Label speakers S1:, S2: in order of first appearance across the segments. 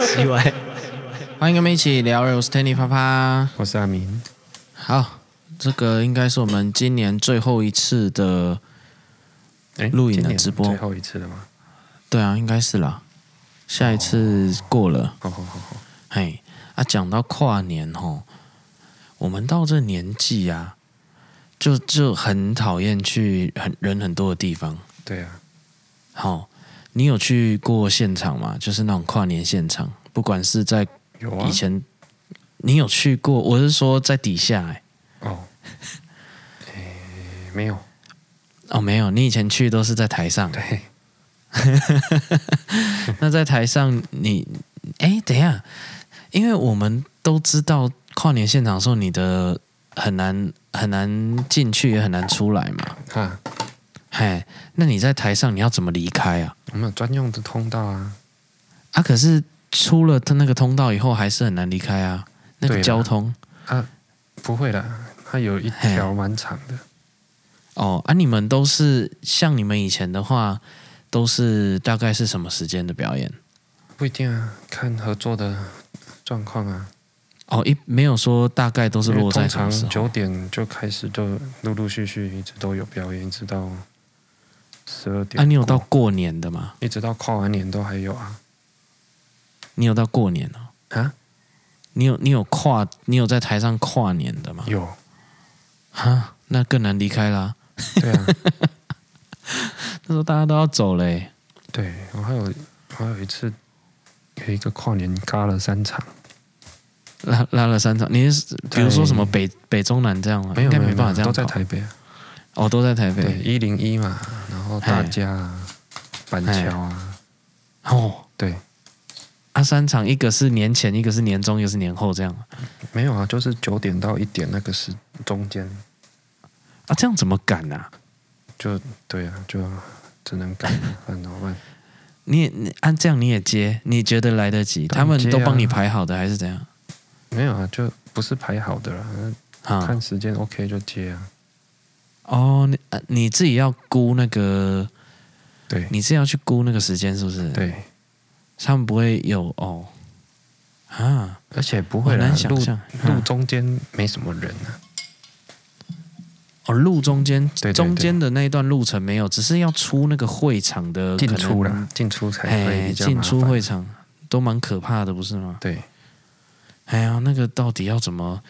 S1: 奇 怪，
S2: 欢迎跟我们一起聊，我是 Tanny 啪啪。
S3: 我是阿明，
S2: 好，这个应该是我们今年最后一次的，
S3: 哎
S2: 录影的
S3: 今年
S2: 直播
S3: 最后一次了吗？
S2: 对啊，应该是啦。下一次过了，
S3: 哦好好好好，
S2: 嘿，啊，讲到跨年吼，我们到这年纪啊，就就很讨厌去很人很多的地方。
S3: 对啊，
S2: 好，你有去过现场吗？就是那种跨年现场，不管是在
S3: 有啊
S2: 以，前，你有去过？我是说在底下、欸，
S3: 哦，哎，没有，
S2: 哦，没有，你以前去都是在台上。
S3: 对，
S2: 那在台上你，哎，等一下，因为我们都知道跨年现场的时候，你的很难很难进去，也很难出来嘛。
S3: 哈，
S2: 嘿，那你在台上你要怎么离开啊？
S3: 我们有专用的通道啊，
S2: 啊，可是出了他那个通道以后，还是很难离开啊。那
S3: 对
S2: 个
S3: 啦
S2: 交通
S3: 不会啦，它有一条蛮长的，
S2: 哦啊，你们都是像你们以前的话，都是大概是什么时间的表演？
S3: 不一定啊，看合作的状况啊，
S2: 哦，一没有说大概都是
S3: 因为
S2: 落在
S3: 通
S2: 什么时
S3: 常
S2: 候？
S3: 九点就开始，就陆陆续续一直都有表演，一直到十二点。
S2: 啊，你有到？过年的吗？
S3: 一直到跨完年都还有啊
S2: 你有到过年哦？
S3: 啊，
S2: 你有你有跨，你有在台上跨年的吗？
S3: 有，
S2: 哈，那更难离开啦。
S3: 对啊，
S2: 那时候大家都要走嘞。
S3: 对，我还有我还有一次有一个跨年嘎了三场。
S2: 拉拉了三场，你是比如说什么北北中南这样吗？
S3: 没有
S2: 应该
S3: 没有
S2: 哎办法这样
S3: 都
S2: 搞
S3: 在台北啊。
S2: 哦，都在台
S3: 对，
S2: 北
S3: 一零一嘛，然后大家啊，板桥
S2: 哎
S3: 啊，
S2: 哦。
S3: 对，
S2: 啊，三场，一个是年前，一个是年中，一个是年后，这样
S3: 没有啊，就是九点到一点那个时中间，
S2: 啊，这样怎么敢啊？
S3: 就对啊，就只能赶，不然怎么办？
S2: 你也你按、这样你也接，你觉得来得及？
S3: 当
S2: 他
S3: 然接啊
S2: 们都帮你排好的还是怎样？
S3: 没有啊，就不是排好的啦，
S2: 啊
S3: 看时间 OK 就接啊。
S2: 哦，你、啊你自己要估那个，
S3: 对
S2: 你自己要去估那个时间是不是？
S3: 对，
S2: 他们不会有哦啊，
S3: 而且不
S2: 我
S3: 会
S2: 很
S3: 啦
S2: 难，想
S3: 路
S2: 象
S3: 路
S2: 嗯
S3: 中间没什么人啊。
S2: 哦，路中间
S3: 对对对
S2: 中间的那一段路程没有，只是要出那个会场的
S3: 进出
S2: 可能
S3: 啦，进出才会
S2: 哎，
S3: 比较
S2: 进
S3: 麻
S2: 出
S3: 烦
S2: 会场都蛮可怕的，不是吗？
S3: 对，
S2: 哎呀，那个到底要怎么？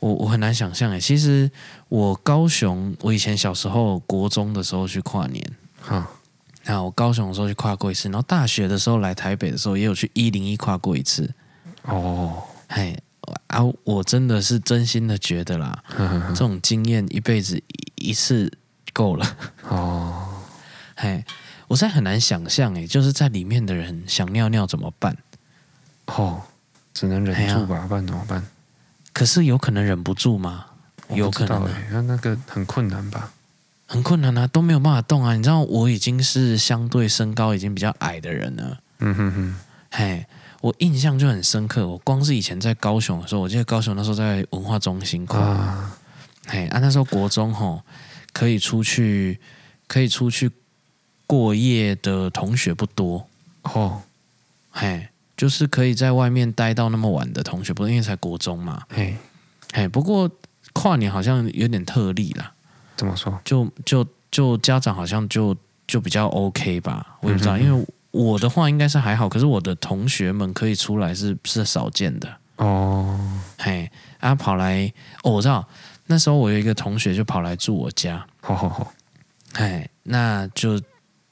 S2: 我我很难想象哎。其实我高雄，我以前小时候国中的时候去跨年，
S3: 好，
S2: 那我高雄的时候去跨过一次，然后大学的时候来台北的时候也有去一零一跨过一次。
S3: 哦，
S2: 哎啊，我真的是真心的觉得啦，
S3: 呵呵
S2: 这
S3: 呵
S2: 种经验一辈子一一次够了。
S3: 哦，
S2: 嘿，我现在很难想象，哎，就是在里面的人想尿尿怎么办？
S3: 哦，只能忍住吧，不然怎么办？
S2: 可是有可能忍不住吗？有可能、
S3: 哎、
S2: 啊，
S3: 那那个很困难吧？
S2: 很困难啊，都没有办法动啊。你知道我已经是相对身高已经比较矮的人了，
S3: 嗯哼哼，
S2: 嘿，我印象就很深刻。我光是以前在高雄的时候，我记得高雄那时候在文化中心跨年
S3: 啊，
S2: 嘿，啊，那时候国中吼可以出去，可以出去过夜的同学不多，
S3: 哦，
S2: 嘿，就是可以在外面待到那么晚的同学不多，因为才国中嘛，
S3: 嘿，
S2: 嘿，不过跨年好像有点特例啦，
S3: 怎么说？
S2: 就就就家长好像就就比较 OK 吧，我也不知道，
S3: 嗯哼
S2: 因为我的话应该是还好，可是我的同学们可以出来是是少见的，
S3: 哦，
S2: 嘿，啊跑来，哦，我知道那时候我有一个同学就跑来住我家，
S3: 好好好，
S2: 哎，那就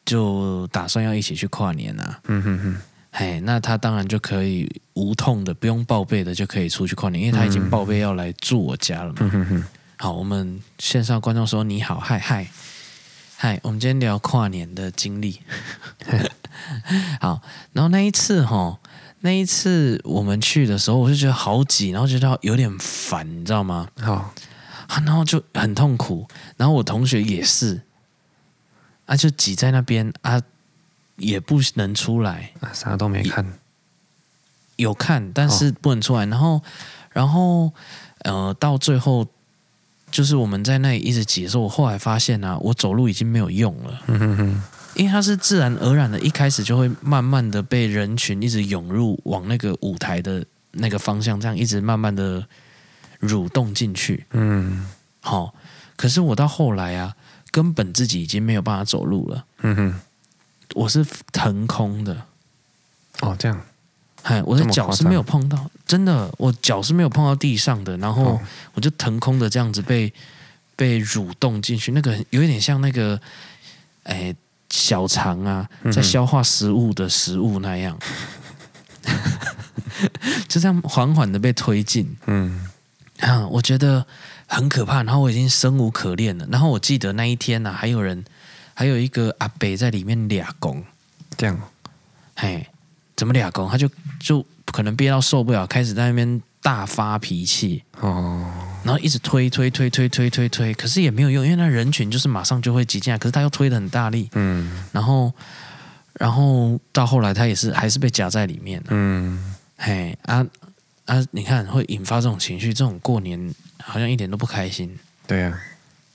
S2: 就打算要一起去跨年啊。
S3: 嗯哼哼，
S2: 哎，那他当然就可以无痛的，不用报备的就可以出去跨年，因为他已经报备要来住我家了嘛。
S3: 嗯哼哼，
S2: 好，我们线上观众说你好，嗨嗨嗨，我们今天聊跨年的经历。 好，然后那一次哈，那一次我们去的时候，我就觉得好挤，然后觉得有点烦，你知道吗？
S3: 好，
S2: 啊，然后就很痛苦。然后我同学也是，啊，就挤在那边啊，也不能出来。
S3: 啊，啥都没看，
S2: 有
S3: 哦
S2: 看，但是不能出来。然后，然后，呃，到最后就是我们在那里一直解说，我后来发现啊，我走路已经没有用了，
S3: 嗯哼哼，
S2: 因为它是自然而然的，一开始就会慢慢的被人群一直涌入往那个舞台的那个方向，这样一直慢慢的蠕动进去。
S3: 嗯
S2: 好、可是我到后来啊，根本自己已经没有办法走路了，
S3: 嗯哼，
S2: 我是腾空的。
S3: 哦，这样，
S2: 哎，我的
S3: 这么
S2: 脚
S3: 夸
S2: 是
S3: 张
S2: 没有碰到，真的，我脚是没有碰到地上的，然后
S3: 哦
S2: 我就腾空的这样子被被蠕动进去，那个很有一点像那个，哎，小肠啊，
S3: 嗯哼
S2: 在消化食物的食物那样， 就这样缓缓的被推进
S3: 嗯
S2: 啊，我觉得很可怕，然后我已经生无可恋了，然后我记得那一天呢、啊，还有人，还有一个阿北在里面俩拱，
S3: 这样，
S2: 嘿，哎怎么俩公？他就就可能憋到受不了，开始在那边大发脾气，
S3: 哦，
S2: 然后一直推推推推推推推，可是也没有用，因为那人群就是马上就会挤进来，可是他又推的很大力，
S3: 嗯
S2: 然后然后到后来他也是还是被夹在里面了，
S3: 嗯，
S2: 嘿啊啊！你看会引发这种情绪，这种过年好像一点都不开心，
S3: 对啊呀、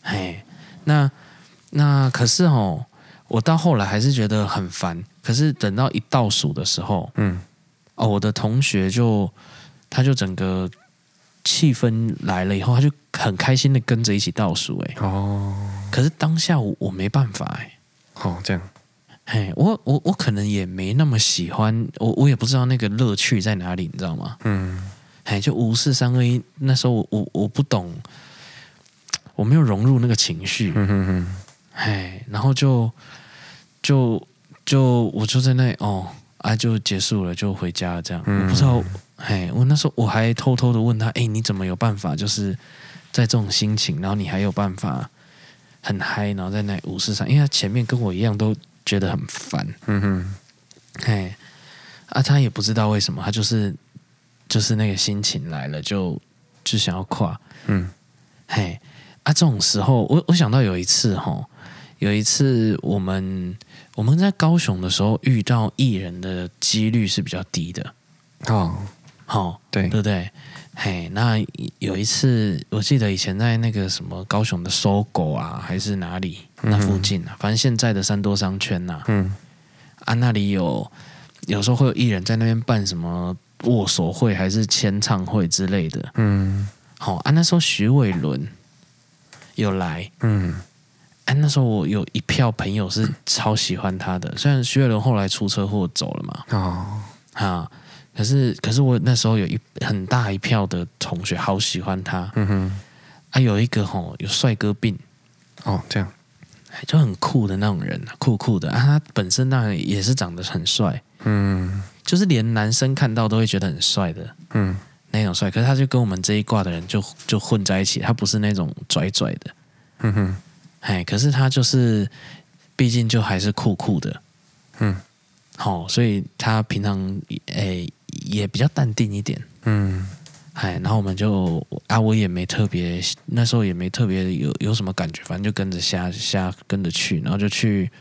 S2: 嘿，那那可是哦，我到后来还是觉得很烦，可是等到一倒数的时候。
S3: 嗯
S2: 哦，我的同学就他就整个气氛来了以后，他就很开心的跟着一起倒数，哎，
S3: 哦
S2: 可是当下我我没办法，哎，
S3: 哦这样，
S2: 嘿，我我我可能也没那么喜欢，我我也不知道那个乐趣在哪里，你知道吗？
S3: 嗯
S2: 嘿，就五四三二一，那时候我我我不懂，我没有融入那个情绪，
S3: 嗯哼哼，
S2: 哎，然后就就就我就在那里哦啊，就结束了，就回家了这样。
S3: 嗯
S2: 我不知道，哎，我那时候我还偷偷的问他，哎，你怎么有办法？就是在这种心情，然后你还有办法很嗨，然后在那里无视上，因为他前面跟我一样都觉得很烦，
S3: 嗯哼，
S2: 哎，啊，他也不知道为什么，他就是就是那个心情来了，就就想要跨，
S3: 嗯
S2: 嘿，啊，这种时候，我我想到有一次哈，有一次我们我们在高雄的时候遇到艺人的几率是比较低的，
S3: 哦，
S2: 好，
S3: 对
S2: 对，不对？嘿，那有一次我记得以前在那个什么高雄的搜狗啊，还是哪里那附近啊，反正现在的三多商圈呐、
S3: 嗯
S2: 啊，那里有有时候会有艺人在那边办什么握手会还是签唱会之类的，
S3: 嗯
S2: 好啊，那时候徐伟伦有来。
S3: 嗯
S2: 哎、那时候我有一票朋友是超喜欢他的，虽然徐伟伦后来出车祸走了嘛，
S3: 哦，
S2: 啊，可是可是我那时候有一很大一票的同学好喜欢他，
S3: 嗯哼，
S2: 啊，有一个吼有帅哥病，
S3: 哦这样，
S2: 哎就很酷的那种人，酷酷的啊，他本身当然也是长得很帅，
S3: 嗯
S2: 就是连男生看到都会觉得很帅的
S3: 嗯
S2: 那种帅，可是他就跟我们这一挂的人就就混在一起，他不是那种拽拽的，
S3: 嗯哼，
S2: 哎，可是他就是，毕竟就还是酷酷的，
S3: 嗯
S2: 好、所以他平常诶、也比较淡定一点，
S3: 嗯
S2: 哎，然后我们就啊，我也没特别，那时候也没特别有有什么感觉，反正就跟着瞎瞎跟着去，然后就去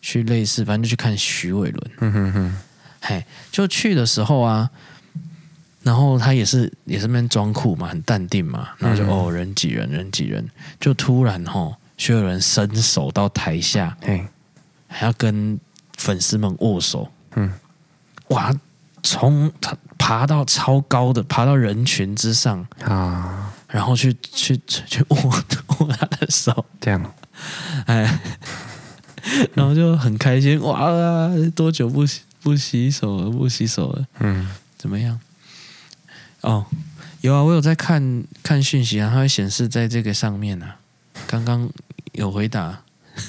S2: 去类似，反正就去看徐伟伦，
S3: 嗯哼哼，
S2: 嘿，就去的时候啊，然后他也是也是那边装酷嘛，很淡定嘛，然后就、
S3: 嗯
S2: 哦人挤人人挤人，就突然吼、徐伟伦伸手到台下，
S3: 嘿，
S2: 还要跟粉丝们握手。
S3: 嗯，
S2: 哇，从他爬到超高的，爬到人群之上，
S3: 啊
S2: 然后去去去去握 握他的手，
S3: 这样，
S2: 哎，然后就很开心。哇，多久不洗不洗手了？不洗手了？
S3: 嗯
S2: 怎么样？哦，有啊，我有在看看讯息啊，它会显示在这个上面啊。刚刚有回答，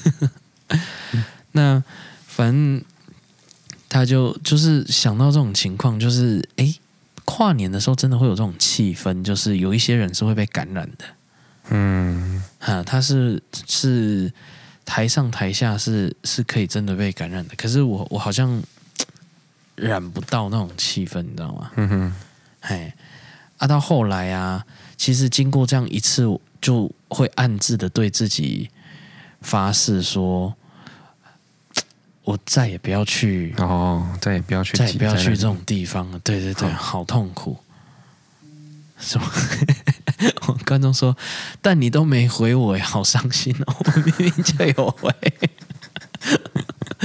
S2: 那反正他就就是想到这种情况，就是诶，跨年的时候真的会有这种气氛，就是有一些人是会被感染的
S3: 嗯
S2: 哈，他是是台上台下是是可以真的被感染的，可是我我好像染不到那种气氛，你知道吗？
S3: 嗯哼，
S2: 哎，啊，到后来啊，其实经过这样一次，我就会暗自的对自己发誓说，我再也不要去，
S3: 哦，再也不要去
S2: 再也
S3: 挤
S2: 不要
S3: 在那
S2: 去
S3: 里
S2: 这种地方了。对对对，好痛苦。什么？ 我观众说，但你都没回我，好伤心哦！我明明就有回。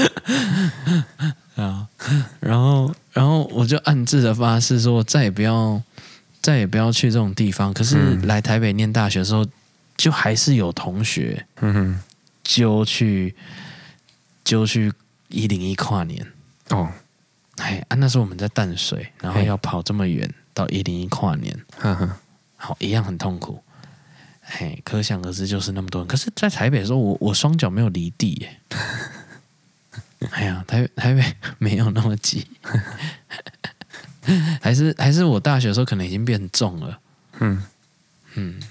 S2: 啊，然后，然后我就暗自的发誓说，再也不要，再也不要去这种地方。可是
S3: 嗯
S2: 来台北念大学的时候，就还是有同学
S3: 嗯
S2: 就去就去一零一跨年。
S3: 哼，哦，
S2: 哎、啊，那时候我们在淡水，然后
S3: 嘿
S2: 要跑这么远到一零一跨年。
S3: 哈哈，
S2: 好，一样很痛苦。嘿，可想而知就是那么多人。可是，在台北的时候，我我双脚没有离地耶。 哎呀，台台北 没有那么挤， 还是还是我大学的时候可能已经变重了，
S3: 嗯
S2: 嗯，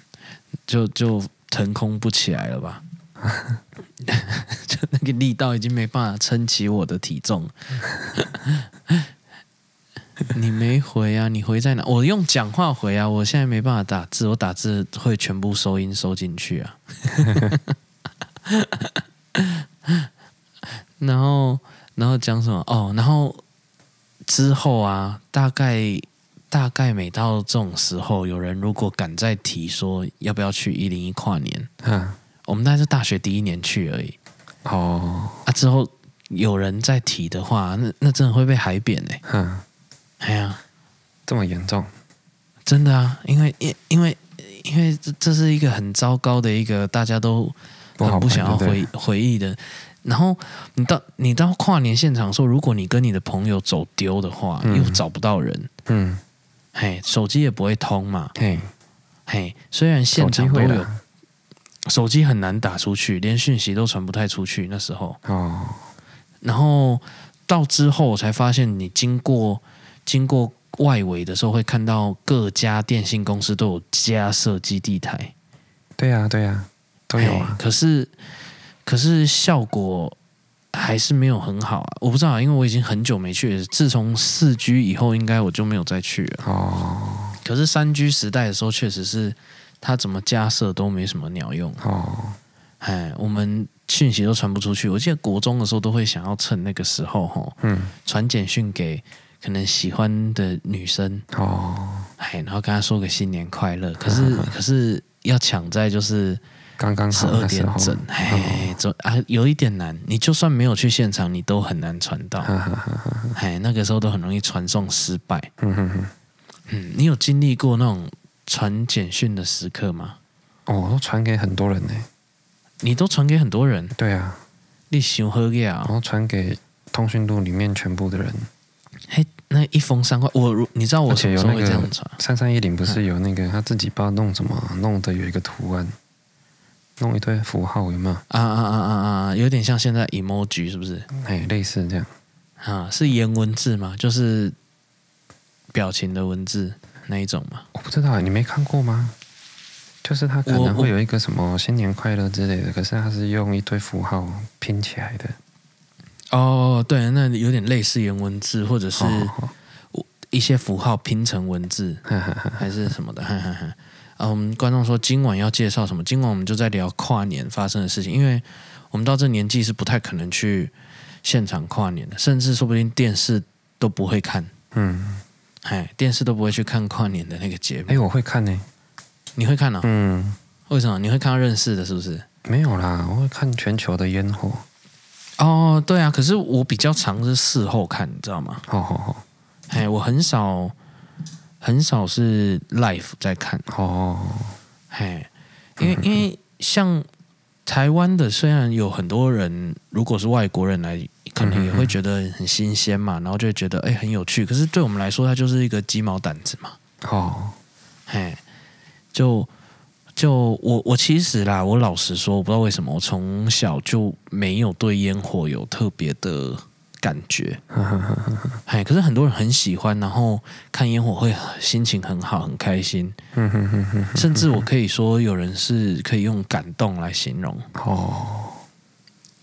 S2: 就就腾空不起来了吧？ 就那个力道已经没办法撑起我的体重。 你没回啊？你回在哪？我用讲话回啊！我现在没办法打字，我打字会全部收音收进去啊。 然后，然后讲什么？哦，然后之后啊，大概大概每到这种时候，有人如果敢再提说要不要去一零一跨年，
S3: 哈，
S2: 我们大概是大学第一年去而已
S3: 哦，
S2: 啊。之后有人再提的话，那那真的会被海扁哎、
S3: 哈，
S2: 哎呀、
S3: 这么严重，
S2: 真的啊，因为因因为因为这这是一个很糟糕的一个大家都
S3: 不
S2: 很
S3: 好
S2: 不想要
S3: 玩对不对
S2: 回回忆的。然后你到你到跨年现场说，如果你跟你的朋友走丢的话，
S3: 嗯
S2: 又找不到人，
S3: 嗯，
S2: 嘿，手机也不会通嘛，
S3: 嘿，
S2: 嘿，虽然
S3: 手
S2: 现
S3: 机
S2: 场都
S3: 会
S2: 有
S3: 了，
S2: 手机很难打出去，连讯息都传不太出去那时候。
S3: 哦，
S2: 然后到之后我才发现，你经过经过外围的时候，会看到各家电信公司都有加设基地台，
S3: 对呀、对呀、都有
S2: 嘿
S3: 啊，
S2: 哎可是可是效果还是没有很好啊，我不知道啊，因为我已经很久没去了，自从四 G 以后，应该我就没有再去了。
S3: 哦，
S2: 可是三 G 时代的时候，确实是它怎么加设都没什么鸟用。
S3: 哦，
S2: 哎，我们讯息都传不出去。我记得国中的时候都会想要趁那个时候吼，
S3: 嗯，
S2: 传简讯给可能喜欢的女生，
S3: 哦，
S2: 哎，然后跟她说个新年快乐。可是可是要抢在就是
S3: 刚刚
S2: 十
S3: 好
S2: 二
S3: 嗯那时
S2: 点
S3: 候，
S2: 整，哎，这啊有一点难。你就算没有去现场，你都很难传到。
S3: 哈哈哈哈，
S2: 哎，那个时候都很容易传送失败。
S3: 嗯哼哼，
S2: 嗯，你有经历过那种传简讯的时刻吗？
S3: 哦，我都传给很多人呢，
S2: 你都传给很多人，
S3: 对啊，
S2: 你想喝个啊
S3: 然？后传给通讯录里面全部的人，
S2: 嘿，那一封三块，我如你知道我
S3: 而
S2: 什
S3: 且
S2: 么
S3: 有
S2: 时候
S3: 那
S2: 会这样
S3: 个
S2: 传？
S3: 三三一零不
S2: 嗯
S3: 是有那个他自己不知道弄什么弄的有一个图案，弄一堆符号有没有？
S2: 啊啊啊啊啊！有点像现在 emoji 是不是？
S3: 哎，类似这样，
S2: 啊，是颜文字吗？就是表情的文字那一种吗？
S3: 我不知道你没看过吗？就是他可
S2: 我
S3: 能
S2: 我
S3: 会有一个什么新年快乐之类的，可是他是用一堆符号拼起来的。
S2: 哦，对，那有点类似颜文字，或者是
S3: 哦
S2: 一些符号拼成文字，
S3: 哈哈哈
S2: 还是什么的。哈 哈哈。啊，我们观众说今晚要介绍什么？今晚我们就在聊跨年发生的事情，因为我们到这年纪是不太可能去现场跨年的，甚至说不定电视都不会看。
S3: 嗯，
S2: 哎，电视都不会去看跨年的那个节目。
S3: 哎，我会看呢、
S2: 你会看啊、
S3: 嗯，
S2: 为什么？你会看到认识的，是不是？
S3: 没有啦，我会看全球的烟火。
S2: 哦，对啊。可是我比较常是事后看，你知道吗？
S3: 哦哦
S2: 哎，我很少很少是 live 在看，
S3: 哦哦，
S2: 哎，因为因为像台湾的，虽然有很多人，如果是外国人来，可能也会觉得很新鲜嘛，然后就会觉得哎很有趣。可是对我们来说，它就是一个鸡毛掸子嘛。
S3: 哦，
S2: 哎，就就我我其实啦，我老实说，我不知道为什么，我从小就没有对烟火有特别的感 觉。
S3: 哈哈哈哈
S2: 哎，可是很多人很喜欢，然后看烟火会心情很好，很 开心，
S3: 嗯哼哼哼，
S2: 甚至我可以说，有人是可以用感动来形容，
S3: 哦，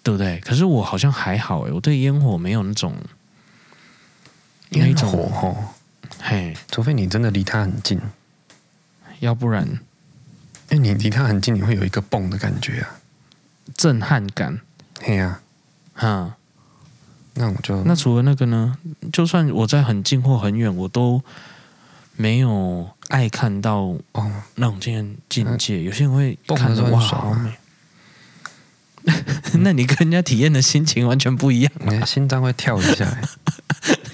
S2: 对不对？可是我好像还好欸诶，我对烟火没有那种那一
S3: 烟
S2: 种
S3: 火哦，
S2: 嘿，
S3: 除非你真的离它很近，
S2: 要不然
S3: 因为你离它很近，你会有一个蹦的感觉啊。
S2: 震撼感，
S3: 嘿呀、
S2: 哈、
S3: 那我就
S2: 那除了那个呢？就算我在很近或很远，我都没有爱看到
S3: 哦，
S2: 那种境境界，有些人会
S3: 动
S2: 看
S3: 的时
S2: 着
S3: 候
S2: 哇，
S3: 很爽
S2: 好
S3: 啊
S2: 美。 那你跟人家体验的心情完全不一样。
S3: 你的心脏会跳一下欸、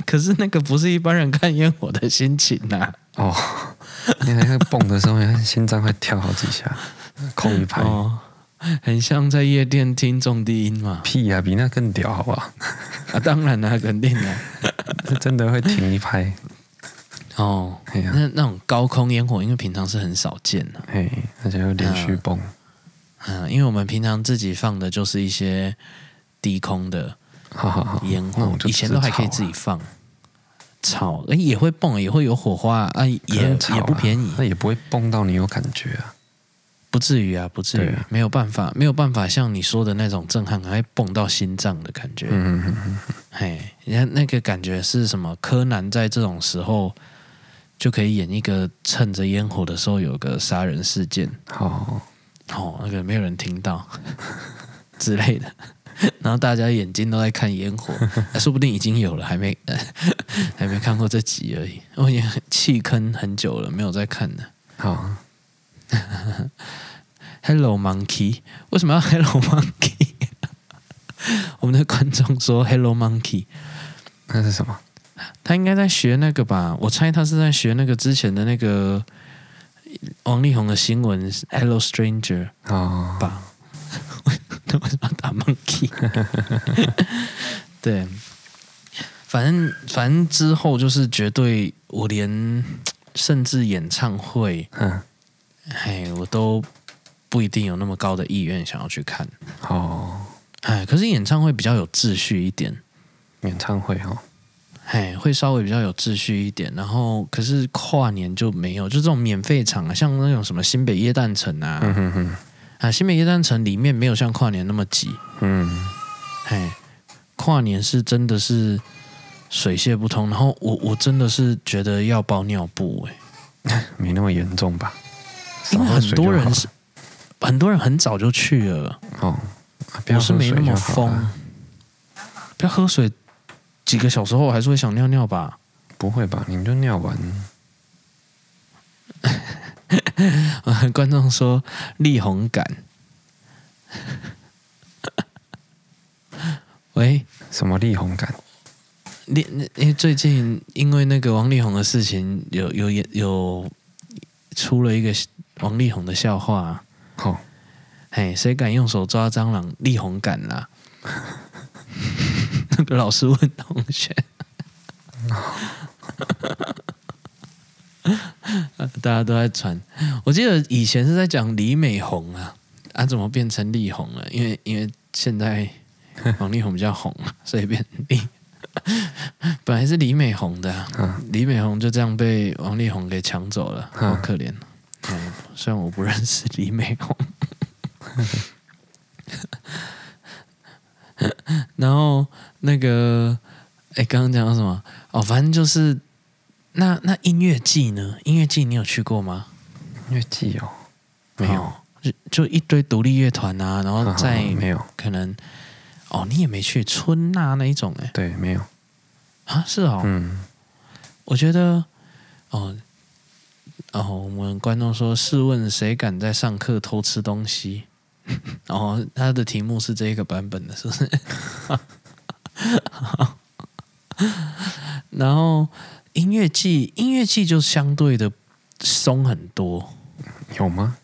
S2: 可是那个不是一般人看烟火的心情啊呐、
S3: 哦，你那个蹦的时候，你心脏会跳好几下，扣一拍。
S2: 哦，很像在夜店听重低音嘛。
S3: 屁呀、比那更屌，好不好？
S2: 啊，当然啦、肯定的、
S3: 这真的会停一拍。
S2: 哦，
S3: 哎呀、
S2: 那那种高空烟火，因为平常是很少见的、
S3: 嘿，而且又连续蹦，
S2: 嗯，因为我们平常自己放的就是一些低空的
S3: 好好好。
S2: 烟
S3: 那
S2: 火，
S3: 我就啊
S2: 以前都还可以
S3: 只
S2: 自
S3: 是
S2: 己放。炒诶也会蹦，也会有火花啊，也
S3: 炒啊，可能炒啊
S2: 也不便宜，
S3: 那也不会蹦到你有感觉啊。
S2: 不至于啊，不至于，
S3: 对啊
S2: 没有办法，没有办法像你说的那种震撼，还会蹦到心脏的感觉。
S3: 嗯嗯嗯
S2: 嘿，人家那个感觉是什么？柯南在这种时候就可以演一个趁着烟火的时候有个杀人事件，
S3: 嗯，好，
S2: 哦，那个没有人听到之类的，然后大家眼睛都在看烟火，呃说不定已经有了，还没、 呃还没看过这集而已。我也弃坑很久了，没有在看的。
S3: 好，
S2: Hello Monkey，为什么要 Hello Monkey？我们的观众说 Hello Monkey，
S3: 那是什么？
S2: 他应该在学那个吧？我猜他是在学那个之前的那个王力宏的新闻 “Hello Stranger”
S3: 哦，
S2: 吧？那为什么要打 monkey？对，反正反正之后就是绝对，我连甚至演唱会，
S3: 嗯，
S2: 哎，我都不一定有那么高的意愿想要去看。
S3: 哦，
S2: 哎，可是演唱会比较有秩序一点。
S3: 演唱会哦，
S2: 哎，会稍微比较有秩序一点。然后，可是跨年就没有，就这种免费场啊，像那种什么新北夜诞城啊，
S3: 嗯哼哼，
S2: 啊，新北夜诞城里面没有像跨年那么挤。
S3: 嗯，
S2: 哎，跨年是真的是水泄不通。然后我我真的是觉得要包尿布哎、
S3: 没那么严重吧？
S2: 因为
S3: 少喝
S2: 很
S3: 水
S2: 多
S3: 就好
S2: 人是很多人很早就去了，
S3: 哦，啊不要
S2: 我是
S3: 喝
S2: 没
S3: 水
S2: 那么
S3: 就好
S2: 疯
S3: 了。
S2: 不要喝水，几个小时后还是会想尿尿吧。
S3: 不会吧？你们就尿完，
S2: 观众说力宏感。 喂，
S3: 什么力宏感？
S2: 力，因为最近因为那个王力宏的事情有，有有有出了一个王力宏的笑话，啊
S3: 哦，
S2: 嘿，谁敢用手抓蟑螂，力宏敢啦。 那个老师问同学， 大家都在传。我记得以前是在讲李美红啊，啊，怎么变成力宏了？因为因为现在王力宏比较红， 所以变力。本来是李美红的啊、
S3: 啊，
S2: 李美红就这样被王力宏给抢走了，
S3: 嗯
S2: 好可怜。嗯，虽然我不认识李美红。 然后那个，哎，刚刚讲到什么？哦，反正就是那那音乐季呢？音乐季你有去过吗？
S3: 乐季哦，没有，
S2: 哦就就一堆独立乐团啊，然后
S3: 哈哈
S2: 在
S3: 没有，
S2: 可能哦，你也没去春娜那一种哎、
S3: 对，没有，
S2: 啊，是哦，
S3: 嗯，
S2: 我觉得，哦，哦，我们观众说，试问谁敢在上课偷吃东西？ 哦，他的题目是这个版本的，是不是？ 然后音乐季，音乐季就相对的松很多，
S3: 有吗？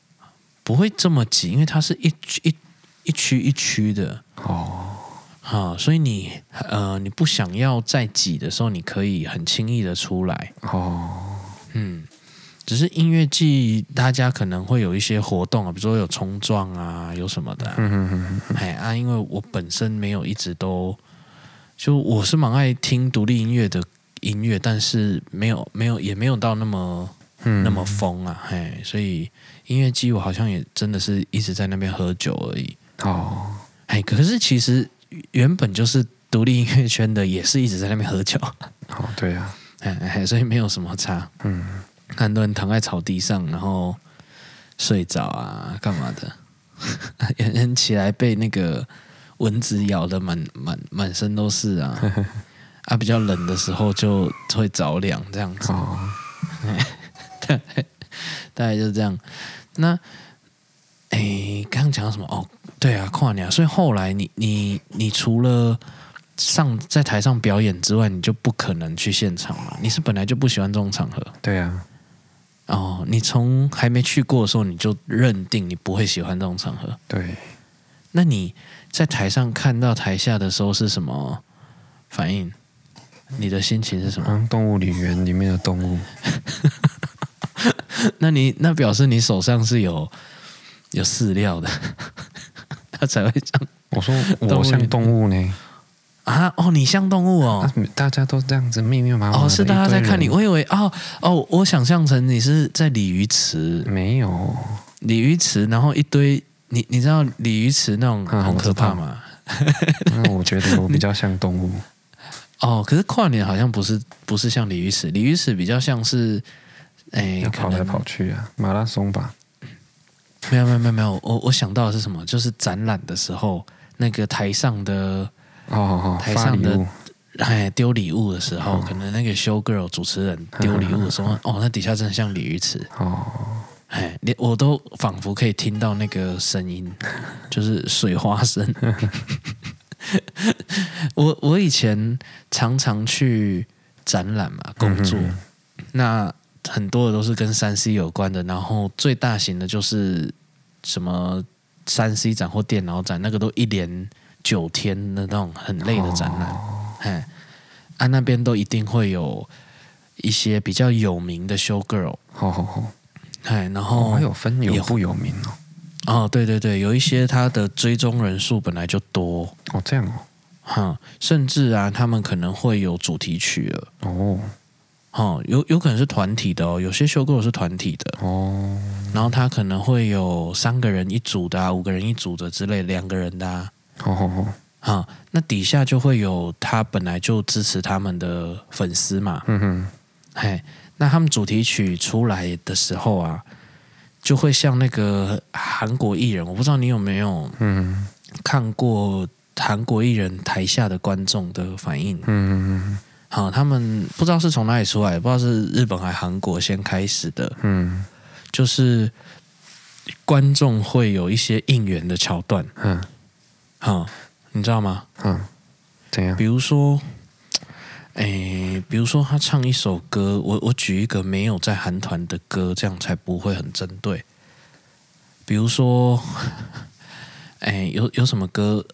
S2: 不会这么挤，因为它是一区一一区一区的
S3: 哦，
S2: 啊、所以你呃，你不想要再挤的时候，你可以很轻易的出来。
S3: 哦，
S2: 嗯，只是音乐季大家可能会有一些活动啊，比如说有冲撞啊，有什么的、啊。
S3: 嗯哼哼哼，
S2: 哎啊，因为我本身没有一直都，就我是蛮爱听独立音乐的音乐，但是没有没有也没有到那么
S3: 嗯，
S2: 那么疯啊，嘿，所以音乐季我好像也真的是一直在那边喝酒而已。
S3: 哦，
S2: 哎，可是其实原本就是独立音乐圈的，也是一直在那边喝酒，
S3: 哦，对啊，
S2: 哎哎，所以没有什么差。
S3: 嗯，
S2: 很多人躺在草地上，然后睡着啊，干嘛的？ 有人起来被那个蚊子咬的满满满身都是啊！啊，比较冷的时候就会着凉这样子。
S3: 哦，
S2: 大概就是这样。那，诶，刚刚讲到什么？哦，对啊，跨年啊。所以后来你你你除了上在台上表演之外，你就不可能去现场嘛？你是本来就不喜欢这种场合
S3: 对啊，
S2: 哦。你从还没去过的时候，你就认定你不会喜欢这种场合。
S3: 对，
S2: 那你在台上看到台下的时候是什么反应？你的心情是什
S3: 好
S2: 么？
S3: 像动物里园里面的动物，
S2: 那你那表示你手上是有有饲料的， 他才会这样
S3: 我说
S2: 动物
S3: 我
S2: 园
S3: 像动物呢，
S2: 啊。哦，你像动物哦
S3: 啊，大家都这样子密密麻麻的，
S2: 哦，是大家在看你，
S3: 一堆
S2: 我以为哦哦，我想象成你是在鲤鱼池，
S3: 人，没有，
S2: 鲤鱼池，然后一堆你你知道鲤鱼池那种
S3: 嗯我
S2: 很可
S3: 知道
S2: 怕吗？
S3: 那我觉得我比较像动 物，
S2: 哦，可是跨年好像不是不是像鲤鱼池，鲤鱼池比较像是，哎，
S3: 要
S2: 可
S3: 跑来
S2: 能
S3: 跑去啊，马拉松吧，
S2: 没有没有没有没有，我我想到的是什么？就是展览的时候，那个台上的
S3: 哦哦，
S2: 台
S3: 哦发
S2: 上
S3: 礼
S2: 的
S3: 物，
S2: 哎丢礼物的时候，
S3: 哦
S2: 可能那个 show girl 主持人丢礼物的
S3: 嗯
S2: 时候，哦，那底下真的像鲤鱼池，
S3: 哦，
S2: 哎，连我都仿佛可以听到那个 声音，就是水花声。 我我以前常常去展览嘛工作，
S3: 嗯
S2: 那很多的都是跟三 C 有关的，然后最大型的就是什么三 C 展或电脑展，那个都一连九天的那种很累的展览，
S3: 哦
S2: 哎、啊那边都一定会有一些比较有名的 show girl，
S3: 好好好，
S2: 哎，然
S3: 哦
S2: 后
S3: 还有分
S2: 有
S3: 有不有名哦，
S2: 哦，对对对，有一些他的追踪人数本来就多，
S3: 哦这样哦，
S2: 哈、甚至啊，他们可能会有主题曲了，
S3: 哦
S2: 哦，有有可能是团体的哦，有些修购是团体的，
S3: 哦，
S2: 然后他可能会有三个人一组的、啊，五个人一组的之类，两个人的啊，
S3: 好好好，
S2: 哈、啊那底下就会有他本来就支持他们的粉丝嘛，
S3: 嗯哼，
S2: 嘿，那他们主题曲出来的时候啊，就会像那个韩国艺人，我不知道你有没有
S3: 嗯
S2: 看过韩国艺人台下的观众的反应
S3: 嗯，嗯
S2: 好、他们不知道是从哪里出来，不知道是日本还是韩国先开始的，
S3: 嗯
S2: 就是观众会有一些应援的桥段，
S3: 嗯
S2: 哈、你知道吗？
S3: 嗯，怎样？
S2: 比如说，诶，比如说他唱一首歌，我我举一个没有在韩团的歌，这样才不会很针对。比如说， 诶，有有什么歌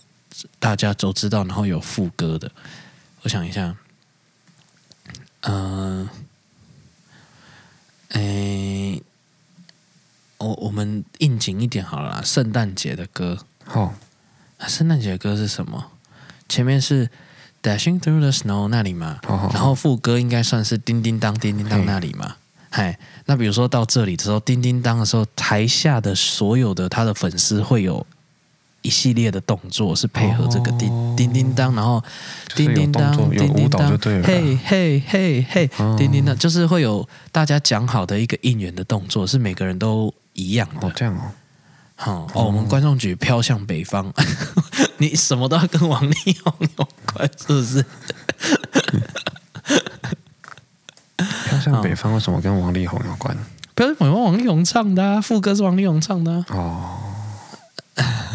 S2: 大家都知道，然后有副歌的，我想一下，嗯、呃，诶，我我们应景一点好了啦，圣诞节的歌，
S3: 好，
S2: 啊圣诞节的歌是什么？前面是 Dashing Through the Snow 那里嘛，
S3: 好好，
S2: 然后副歌应该算是叮叮当叮叮当
S3: 哦嘿
S2: 那里嘛。嗨，那比如说到这里的时候，叮叮当的时候，台下的所有的他的粉丝会有一系列的动作是配合这个叮、
S3: 哦
S2: 叮叮当，然后
S3: 就是
S2: 叮
S3: 有
S2: 叮
S3: 动
S2: 当
S3: 作有
S2: 叮
S3: 舞
S2: 叮
S3: 蹈就
S2: 当
S3: 对，了
S2: 嘿
S3: 啦，
S2: 嘿嘿嘿，
S3: 哦
S2: 叮叮当，就是会有大家讲好的一个应援的动作，是每个人都一样的
S3: 哦。这 样哦，
S2: 好、哦，我们观众局飘向北方， 你什么都要跟王力宏有关，是不是？
S3: 飘
S2: 哦
S3: 向北方为什么跟王力宏有关？
S2: 飘向北方，王力宏唱的、啊，副歌是王力宏唱的、啊，
S3: 哦，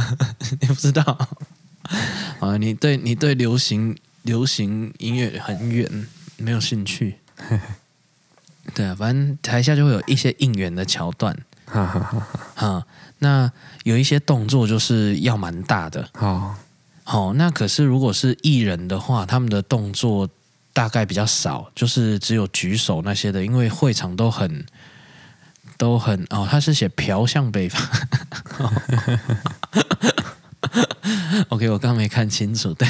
S2: 你不知道 啊？你对你对流行流行音乐很远，没有兴 趣。对啊，反正台下就会有一些应援的桥段
S3: 哈哈哈哈，
S2: 啊、那有一些动作就是要蛮大的，
S3: 好，
S2: 好、哦那可是如果是艺人的话，他们的动作大概比较少，就是只有举手那些的，因为会场都很都很哦，他是写飘向北方。OK，我刚没看清楚，对，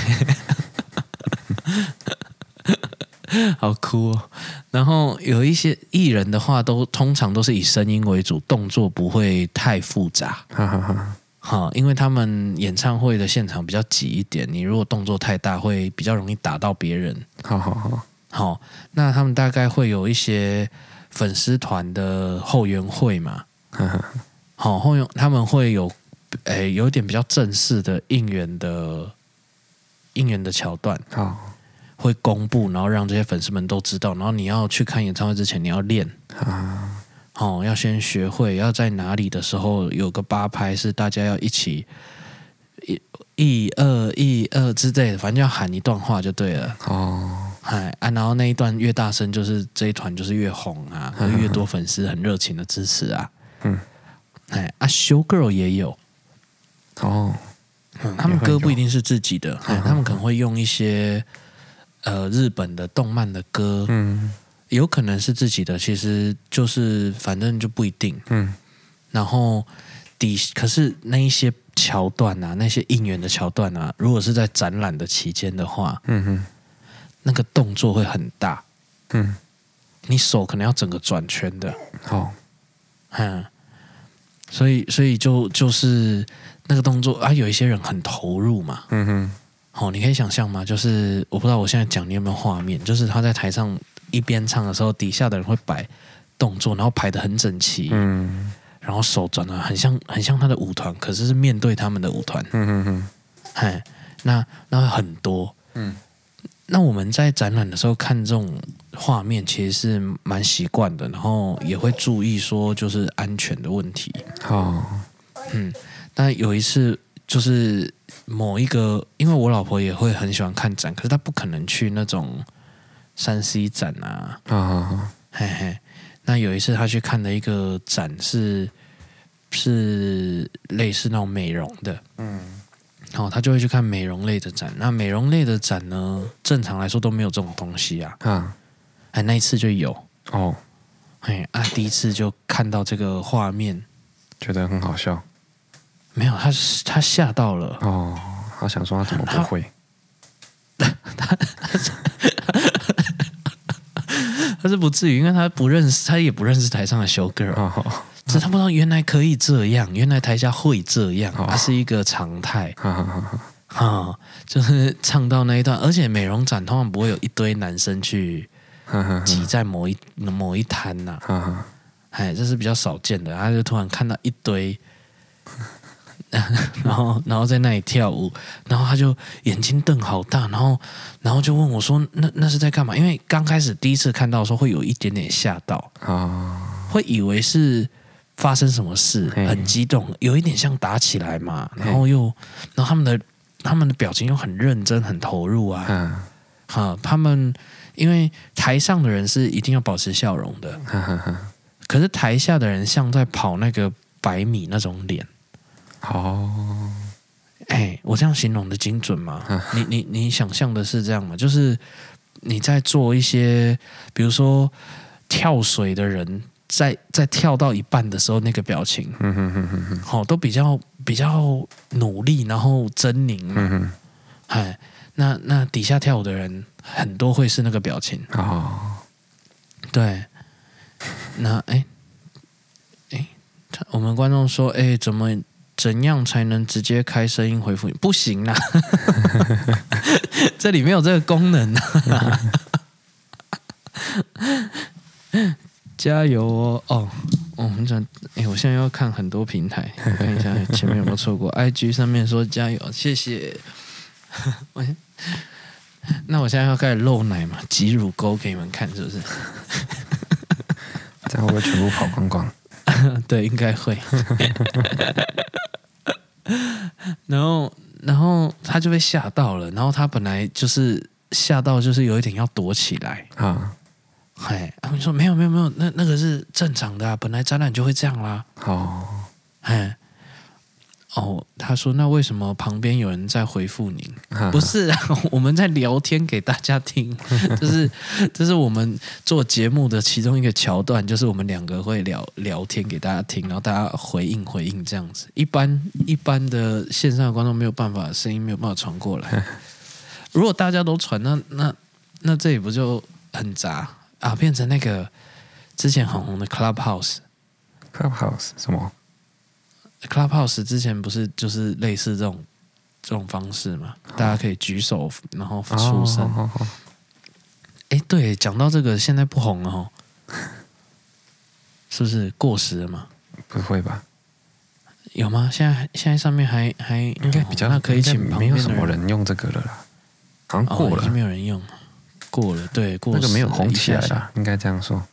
S2: 好酷哦。然后有一些艺人的话都，通常都是以声音为主，动作不会太复杂。
S3: 哈哈哈，
S2: 哈，因为他们演唱会的现场比较挤一点，你如果动作太大，会比较容易打到别人。
S3: 好好好，
S2: 好，那他们大概会有一些粉丝团的后援会嘛，
S3: 哈哈，
S2: 好，后援他们会有，诶、有一点比较正式的应援的应援的桥段，
S3: 好，
S2: 会公布，然后让这些粉丝们都知道。然后你要去看演唱会之前，你要练
S3: 啊，
S2: 哦，要先学会要在哪里的时候有个八拍是大家要一起一一二一二之类的，反正要喊一段话就对了。
S3: 哦，
S2: 哎啊，然后那一段越大声，就是这一团就是越红啊，
S3: 嗯
S2: 越多粉丝很热情的支持啊。
S3: 嗯，
S2: 哎啊，Show Girl 也有，
S3: 哦，
S2: 他们歌不一
S3: 定
S2: 定是自己的，哎
S3: 嗯
S2: 他们可能会用一些呃日本的动漫的歌，
S3: 嗯
S2: 有可能是自己的，其实就是反正就不一定。
S3: 嗯，
S2: 然后底可是那一些桥段啊，那些应援的桥段啊，如果是在展览的期间的话，
S3: 嗯嗯
S2: 那个动作会很大，
S3: 嗯，
S2: 你手可能要整个转圈的，
S3: 好，
S2: 嗯。所以，所以就就是那个动作啊，有一些人很投入嘛，
S3: 嗯嗯
S2: 好、你可以想象吗？就是我不知道我现在讲你有没有画面，就是他在台上一边唱的时候，底下的人会摆动作，然后排的很整齐，
S3: 嗯
S2: 然后手转的很像很像他的舞团，可是是面对他们的舞团，
S3: 嗯嗯嗯
S2: 嗨，那那会很多。
S3: 嗯，
S2: 那我们在展览的时候看这种画面，其实是蛮习惯的，然后也会注意说就是安全的问题。
S3: 好，
S2: 但有一次就是某一个，因为我老婆也会很喜欢看展，可是她不可能去那种山 C 展啊，
S3: 啊，
S2: 嘿嘿。那有一次她去看了一个展是，是类似那种美容的，
S3: 嗯
S2: 然后她就会去看美容类的展。那美容类的展呢，正常来说都没有这种东西啊，
S3: 啊，
S2: 哎，那一次就有，
S3: 哦，
S2: 哎啊，第一次就看到这个画面，
S3: 觉得很好笑，
S2: 没有，她是她吓到了。
S3: 哦，他想说他怎么不会，
S2: 他是不至于，因为他不认识，他也不认识台上的修 girl，、
S3: 啊，好，
S2: 只是他不知道原来可以这样，原来台下会这样，它、
S3: 哦
S2: 是一个常态
S3: 哈哈 哈，
S2: 哈、就是唱到那一段，而且美容展通常不会有一堆男生去
S3: 哈哈
S2: 挤在某一、某一摊呐、
S3: 哈哈，
S2: 哎，这是比较少见的，他就突然看到一堆。 然后，然后在那里跳舞，然后他就眼睛瞪好大，然后，然后就问我说：“那那是在干嘛？”因为刚开始第一次看到的时候，会有一点点吓到，
S3: 啊，
S2: 会以为是发生什么事，
S3: 嘿
S2: 很激动，有一点像打起来嘛，然后又，然后他们的他们的表情又很认真、很投入啊，
S3: 啊，
S2: 哈、他们因为台上的人是一定要保持笑容的，
S3: 哈哈哈，
S2: 可是台下的人像在跑那个百米那种脸，
S3: 好，
S2: 哎，我这样形容的精准吗？
S3: 嗯
S2: 你你你想象的是这样吗？就是你在做一些，比如说跳水的人。在在跳到一半的时候，那个表情，哦
S3: 嗯哼哼哼哼，
S2: 好、都比较比较努力，然后狰狞嘛
S3: 嗯，哼，
S2: 哎、那那底下跳舞的人很多会是那个表情，
S3: 好，
S2: 对，那哎哎，他我们观众说，哎，怎么怎样才能直接开声音回复你？不行啦， 这里没有这个功能啊。加油哦！哦，我们想，哎，我现在要看很多平台，我看一下前面有没有错过。IG 上面说加油，谢谢。 我先那我现在要开始露奶嘛，挤乳沟给你们看，是不是？
S3: 这样会不会全部跑光光？
S2: 对，应该会。 然后，然后他就被吓到了，然后他本来就是吓到，就是有一点要躲起来。
S3: 啊，
S2: 哎，他们说没有没有没有，那那个是正常的啊，本来展览就会这样啦。
S3: 好，
S2: 哎，哦，他说那为什么旁边有人在回复您？ 不是啊，我们在聊天给大家听， 就是这是我们做节目的其中一个桥段，就是我们两个会聊聊天给大家听，然后大家回应回应这样子。一般一般的线上的观众没有办法，声音没有办法传过来。 如果大家都传，那那那这里不就很杂啊？变成那个之前很红的 Clubhouse。
S3: Clubhouse 什么？
S2: Clubhouse 之前不是就是类似这种这种方式嘛？大家可以举手然后出声。
S3: 哦哦哦
S2: 哎，对，讲到这个，现在不红了哦，是不是过时了嘛？
S3: 不会吧？
S2: 有吗？现在现在上面还还
S3: 应该比较
S2: 哦那可以
S3: 应该
S2: 请
S3: 没
S2: 旁边
S3: 有
S2: 的
S3: 什么人用这个了啦，好像
S2: 哦
S3: 过
S2: 已
S3: 了
S2: 经。没有人用了。过了，对，过
S3: 那个没有
S2: 时了
S3: 红
S2: 一
S3: 起
S2: 下
S3: 来
S2: 下
S3: 啦，应该这样说，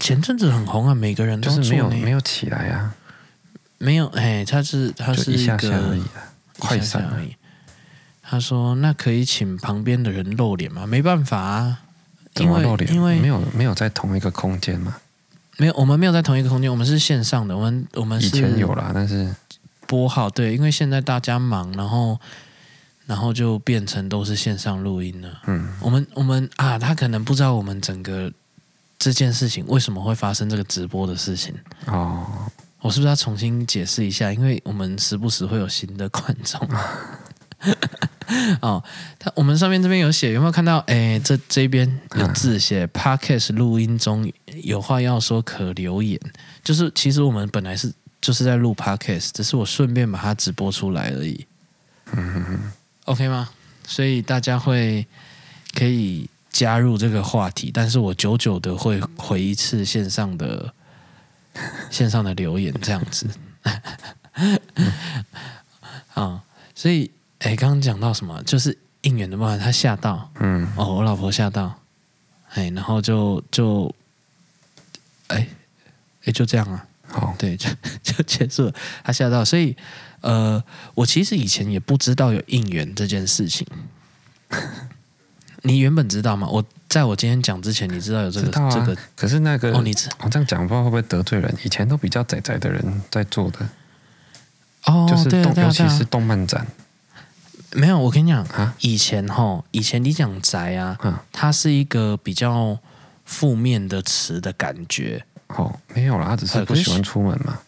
S2: 前阵子很红啊，每个人都
S3: 就是没有
S2: 做呢
S3: 没有起来啊，
S2: 没有，哎，他是他
S3: 就是一下
S2: 个
S3: 下而已啦，快
S2: 一下
S3: 闪
S2: 下
S3: 啊
S2: 而已。他说：“那可以请旁边的人露脸吗？没办法啊，
S3: 怎
S2: 因
S3: 么
S2: 为
S3: 露脸？
S2: 因为
S3: 没有没有在同一个空间嘛，
S2: 没有我们没有在同一个空间，我们是线上的，我们我们
S3: 以
S2: 是
S3: 前有啦，但是
S2: 拨号对，因为现在大家忙，然后然后就变成都是线上录音了。
S3: 嗯，
S2: 我们我们啊，他可能不知道我们整个这件事情为什么会发生这个直播的事情。
S3: 哦，
S2: 我是不是要重新解释一下？因为我们时不时会有新的观众。 哦，他我们上面这边有写，有没有看到？哎，这这边有字写 “podcast 录音中有话要说，可留言”。就是其实我们本来是就是在录 podcast，只是我顺便把它直播出来而已。OK 吗？所以大家会可以加入这个话题，但是我久久的会回一次线上的线上的留言，这样子。 啊、所以哎，刚刚讲到什么？就是应援的办法，他吓到
S3: 嗯，
S2: 哦，我老婆吓到，哎，然后就就哎哎就这样啊。
S3: 好，
S2: 对，就 就结束了，他吓到。所以，呃，我其实以前也不知道有应援这件事情。你原本知道吗？我在我今天讲之前，你知道有这
S3: 知
S2: 个、
S3: 道
S2: 这
S3: 啊
S2: 个。
S3: 可是那个
S2: 哦，你知
S3: 我这样讲，不知道会不会得罪人？以前都比较仔仔的人在做的，
S2: 哦，
S3: 就是
S2: 对啊
S3: 动，
S2: 对啊
S3: 尤
S2: 对
S3: 其是
S2: 啊，
S3: 动漫展
S2: 没有。我跟你讲，
S3: 啊
S2: 以前哈，以前你讲宅啊，
S3: 啊，
S2: 它是一个比较负面的词的感觉，
S3: 好，没有啦，他只是
S2: 呃
S3: 不
S2: 可是
S3: 喜欢出门嘛，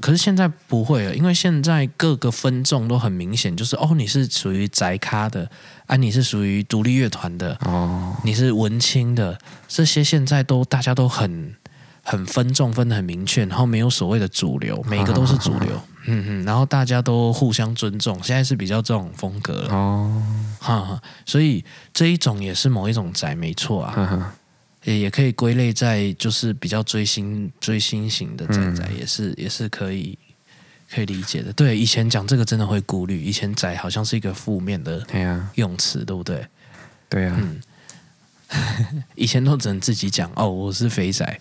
S2: 可是现在不会了，因为现在各个分众都很明显，就是哦，你是属于宅咖的，啊，你是属于独立乐团的，
S3: 哦，
S2: 你是文青的，这些现在都大家都很很分众分的很明确，然后没有所谓的主流，每个都是主流，嗯嗯，然后大家都互相尊重，现在是比较这种风格了，
S3: 哦，
S2: 哈哈，所以这一种也是某一种宅，没错啊，
S3: 哈哈，
S2: 也也可以归类在就是比较追星追星型的宅
S3: 嗯
S2: 宅，也是也是可以。可以理解的，对，以前讲这个真的会顾虑，以前宅好像是一个负面的
S3: 对呀，
S2: 用词，对不对？
S3: 对呀，
S2: 嗯，以前都只能自己讲哦，我是肥仔，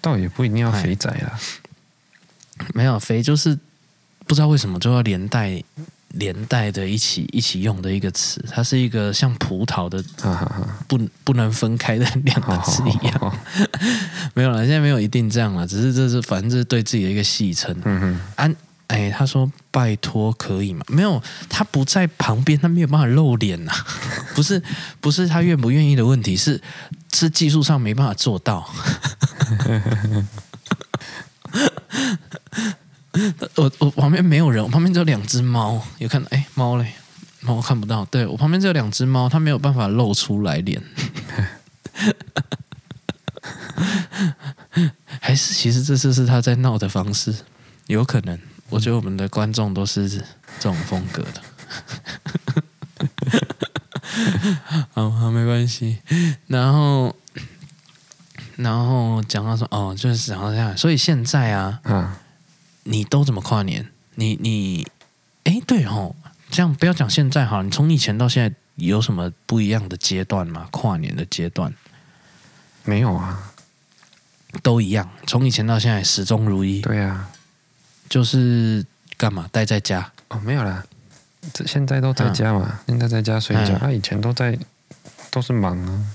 S3: 倒也不一定要
S2: 哎
S3: 肥仔啦，
S2: 没有肥就是不知道为什么就要连带连带的一起一起用的一个词，它是一个像葡萄的
S3: 哈哈哈，
S2: 不不能分开的两
S3: 好
S2: 个
S3: 好
S2: 字一
S3: 好
S2: 样。
S3: 好，好
S2: 没有了，现在没有一定这样了，只是这是反正这是对自己的一个戏称。
S3: 嗯哼，
S2: 安、哎，他说拜托可以吗？没有，他不在旁边，他没有办法露脸呐、 不是不是他愿不愿意的问题，是是技术上没办法做到。 我我旁边没有人，我旁边只有两只猫，有看到哎猫嘞，猫看不到，对我旁边只有两只猫，它没有办法露出来脸。还是其实这就是他在闹的方式，有可能。我觉得我们的观众都是这种风格的。 好好，没关系。然后，然后讲到说，哦，就是讲到这样，所以现在啊，
S3: 啊，
S2: 你都怎么跨年？你你，哎，对哦，这样不要讲现在哈，你从以前到现在有什么不一样的阶段吗？跨年的阶段
S3: 没有啊，
S2: 都一样，从以前到现在始终如一，
S3: 对呀，
S2: 就是干嘛待在家，
S3: 哦，没有啦，这现在都在家嘛，现在在家睡觉，啊
S2: 嗯
S3: 他以前都在都是忙啊，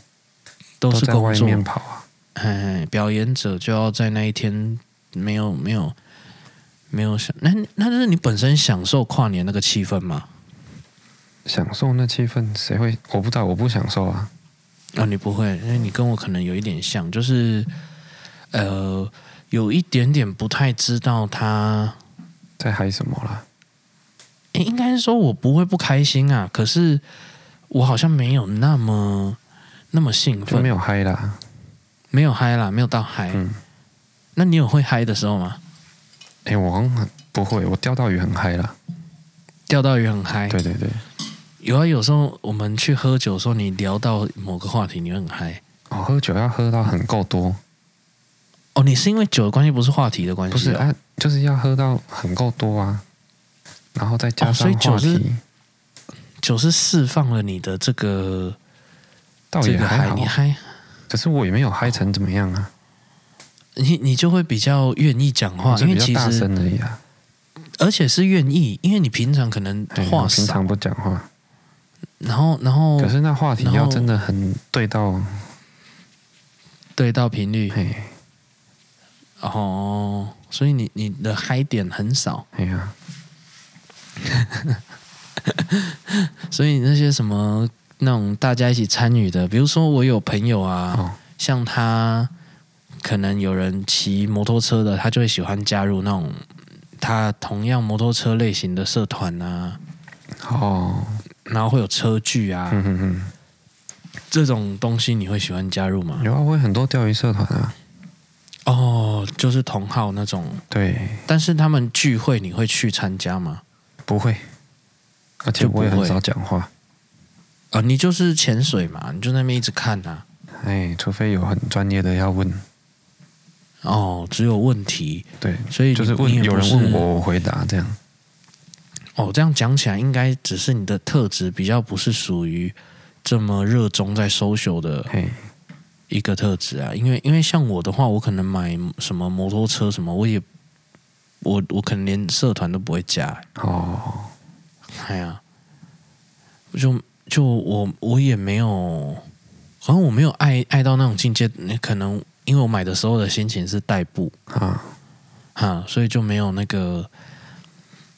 S2: 都是
S3: 在
S2: 工
S3: 外
S2: 作。
S3: 面跑啊，
S2: 哎，表演者就要在那一天没有没有没有享，那那就是你本身享受跨年那个气氛嘛？
S3: 享受那气氛，谁会？我不知道，我不享受啊，
S2: 啊、你不会，因为你跟我可能有一点像，就是呃，有一点点不太知道他，
S3: 在嗨什么啦？
S2: 诶应该是说我不会不开心啊，可是我好像没有那么那么兴
S3: 就
S2: 奋，
S3: 没
S2: 有
S3: 有嗨啦，
S2: 没有嗨啦，没有到嗨。
S3: 嗯，
S2: 那你有会嗨的时候吗？
S3: 哎、我好像很不会，我钓到鱼很嗨啦，
S2: 钓到鱼很嗨，
S3: 对对对，
S2: 有啊，有时候我们去喝酒的时候，你聊到某个话题，你会很嗨。
S3: 我、哦喝酒要喝到很够多，
S2: 哦，你是因为酒的关系，不是话题的关系、
S3: 不是
S2: 哦
S3: 啊，就是要喝到很够多啊，然后再加
S2: 哦所
S3: 上
S2: 以酒
S3: 话
S2: 是
S3: 题，
S2: 酒是释放了你的这个
S3: 倒
S2: 这
S3: 也
S2: 个
S3: 还
S2: 嗨
S3: 好，
S2: 你嗨，
S3: 可是我也没有嗨成怎么样啊，
S2: 你你就会比较愿意讲
S3: 我
S2: 话，
S3: 就
S2: 因为
S3: 比较
S2: 其
S3: 大
S2: 实
S3: 声而已啊，
S2: 而且是愿意，因为你平常可能
S3: 哎我
S2: 话
S3: 平
S2: 少，
S3: 常不讲话，
S2: 然后然后
S3: 可是那话题
S2: 然
S3: 要
S2: 后
S3: 真的很对到，
S2: 对到频率
S3: 嘿，
S2: 哦，所以你你的嗨点很少，
S3: 哎呀，
S2: 所以那些什么那种大家一起参与的，比如说我有朋友啊，
S3: 哦，
S2: 像他可能有人骑摩托车的，他就会喜欢加入那种他同样摩托车类型的社团啊，
S3: 哦，
S2: 然后会有车距啊、
S3: 嗯嗯嗯。
S2: 这种东西，你会喜欢加入吗？
S3: 有啊，我有很多钓鱼社团啊。
S2: 哦，就是同号那种，
S3: 对，
S2: 但是他们聚会你会去参加吗？
S3: 不会，而且
S2: 就不
S3: 我也很
S2: 会
S3: 少讲话。
S2: 啊、你就是潜水嘛，你就在那边一直看啊。
S3: 哎，除非有很专业的要问，
S2: 哦，只有问题，
S3: 对，
S2: 所以你
S3: 就是问
S2: 你也不
S3: 有人
S2: 是
S3: 问我，我回答这样。
S2: 哦，这样讲起来，应该只是你的特质比较不是属于这么热衷在 social 的
S3: 嘿，
S2: 一个特质啊，因为因为像我的话，我可能买什么摩托车什么，我也我我可能连社团都不会加、欸
S3: 哦，
S2: 哎呀，就就我我也没有，好像我没有爱爱到那种境界，可能因为我买的时候的心情是代步
S3: 啊，
S2: 哈，所以就没有那个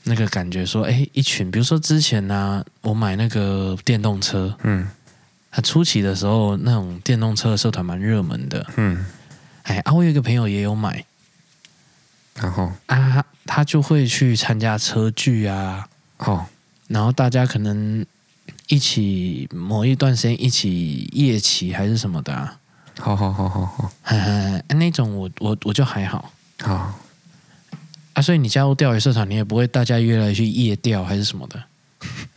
S2: 那个感觉说，哎，一群，比如说之前呢、啊我买那个电动车，
S3: 嗯
S2: 它初期的时候那种电动车的社团蛮热门的，
S3: 嗯，
S2: 哎，啊，我有一个朋友也有买。
S3: 然后
S2: 啊，他就会去参加车聚啊，
S3: 哦，
S2: 然后大家可能一起某一段时间一起夜骑还是什么的啊，
S3: 好好好好好
S2: 嘿嘿嘿那种我我我就还好
S3: 好，
S2: 啊，所以你加入钓鱼社团，你也不会大家约来去夜钓还是什么的，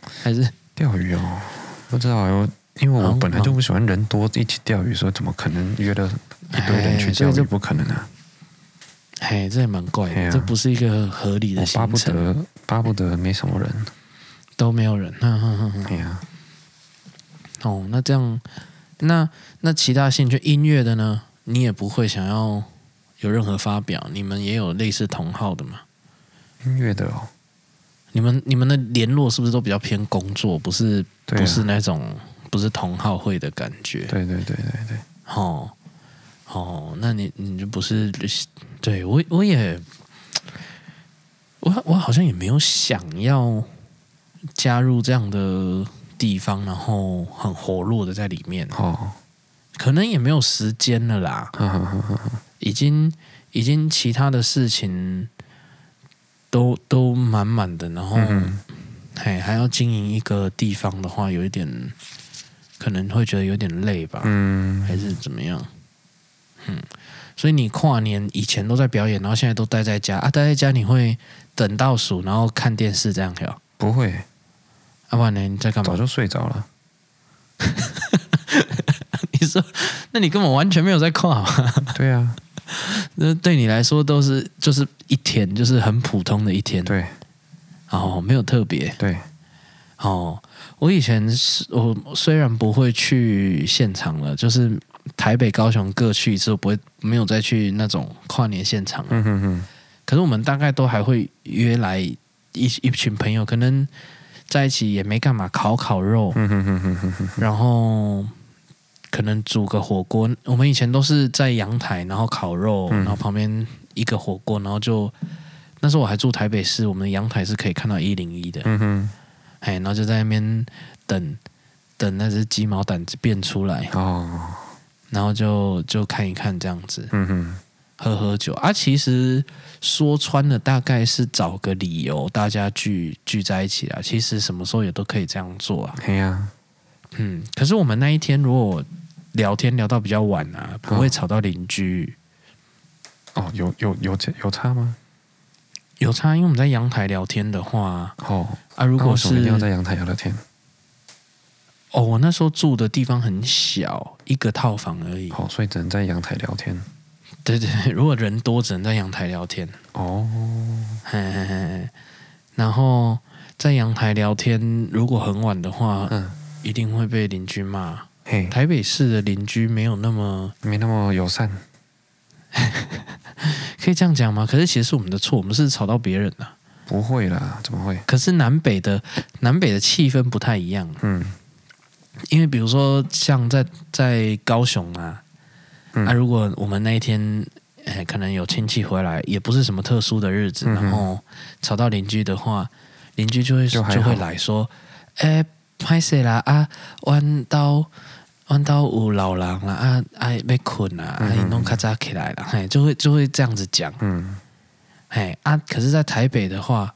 S2: 还是
S3: 钓鱼哦，不知道我因为我
S2: 嗯
S3: 本来就不喜欢人多一起钓鱼，所以怎么可能约了一堆人去
S2: 哎所
S3: 钓
S2: 以
S3: 鱼？
S2: 这
S3: 不可能啊！
S2: 哎，这也蛮怪
S3: 哎
S2: 的，
S3: 呀
S2: 这不是一个合理
S3: 我
S2: 的
S3: 哦巴
S2: 行
S3: 不
S2: 程，
S3: 得巴不得没什么人。
S2: 都没有人， 哼哼哼哼
S3: 哎呀，
S2: 哦，那这样，那那其他兴趣音乐的呢，你也不会想要有任何发表，你们也有类似同号的吗？
S3: 音乐的哦，
S2: 你们你们的联络是不是都比较偏工作，不是
S3: 对啊
S2: 不是那种不是同好会的感觉？
S3: 对对对对对，
S2: 哦哦，那你你就不是对我我也我我好像也没有想要加入这样的地方，然后很活络的在里面，
S3: 哦，
S2: 可能也没有时间了啦。
S3: 哈哈哈哈哈，
S2: 已经已经其他的事情都都满满的，然后、
S3: 嗯
S2: 嘿还要经营一个地方的话，有一点可能会觉得有点累吧，
S3: 嗯，
S2: 还是怎么样？嗯，所以你跨年以前都在表演，然后现在都待在家啊，待在家你会等倒数，然后看电视这样哟。
S3: 不会，
S2: 要、不然呢？你在干嘛
S3: 早？就睡着了。
S2: 你说，那你根本完全没有在跨嘛？
S3: 对啊，
S2: 那对你来说都是就是一天，就是很普通的一天。
S3: 对
S2: 哦，没有特别
S3: 对，
S2: 哦。我以前是我虽然不会去现场了，就是台北、高雄各去一次，我不会没有再去那种跨年现场了。
S3: 嗯哼哼，
S2: 可是我们大概都还会约来一一群朋友，可能在一起也没干嘛，烤烤肉，
S3: 嗯哼哼哼哼哼，
S2: 然后可能煮个火锅。我们以前都是在阳台，然后烤肉，
S3: 嗯
S2: 然后旁边一个火锅，然后就那时候我还住台北市，我们的阳台是可以看到一零一的。
S3: 嗯哼，
S2: 哎，然后就在那边等等那只鸡毛掸子变出来，
S3: 哦，
S2: 然后就就看一看这样子，
S3: 嗯哼，
S2: 喝喝酒啊。其实说穿了，大概是找个理由大家聚聚在一起啦。啊其实什么时候也都可以这样做啊。
S3: 嘿呀，
S2: 嗯，可是我们那一天如果聊天聊到比较晚啊，不会吵到邻居。
S3: 哦，有有有有差吗？
S2: 有差，因为我们在阳台聊天的话
S3: 哦，
S2: 啊，如
S3: 那
S2: 果
S3: 为什么
S2: 是
S3: 一定要在阳台聊聊天？
S2: 哦，我那时候住的地方很小，一个套房而已。
S3: 哦，所以只能在阳台聊天。
S2: 对对，对如果人多，只能在阳台聊天。
S3: 哦，
S2: 嘿嘿嘿嘿，然后在阳台聊天，如果很晚的话，
S3: 嗯，
S2: 一定会被邻居骂。
S3: 哎嘿，
S2: 台北市的邻居没有那么
S3: 没那么友善，
S2: 可以这样讲吗？可是其实是我们的错，我们是吵到别人了、
S3: 不会啦，怎么会？
S2: 可是南北的南北的气氛不太一样，啊
S3: 嗯
S2: 因为比如说像在在高雄啊，
S3: 嗯
S2: 啊，如果我们那一天，呃，可能有亲戚回来，也不是什么特殊的日子，
S3: 嗯哼
S2: 然后吵到邻居的话，邻居就会
S3: 就
S2: 就
S3: 还好
S2: 会来说，哎，拍谁啦啊，弯刀弯刀有老人啦啊，哎被困啦，
S3: 嗯
S2: 啊
S3: 哼
S2: 弄咔嚓起来了，嘿，就会就会这样子讲，
S3: 嗯，
S2: 嘿啊，可是，在台北的话，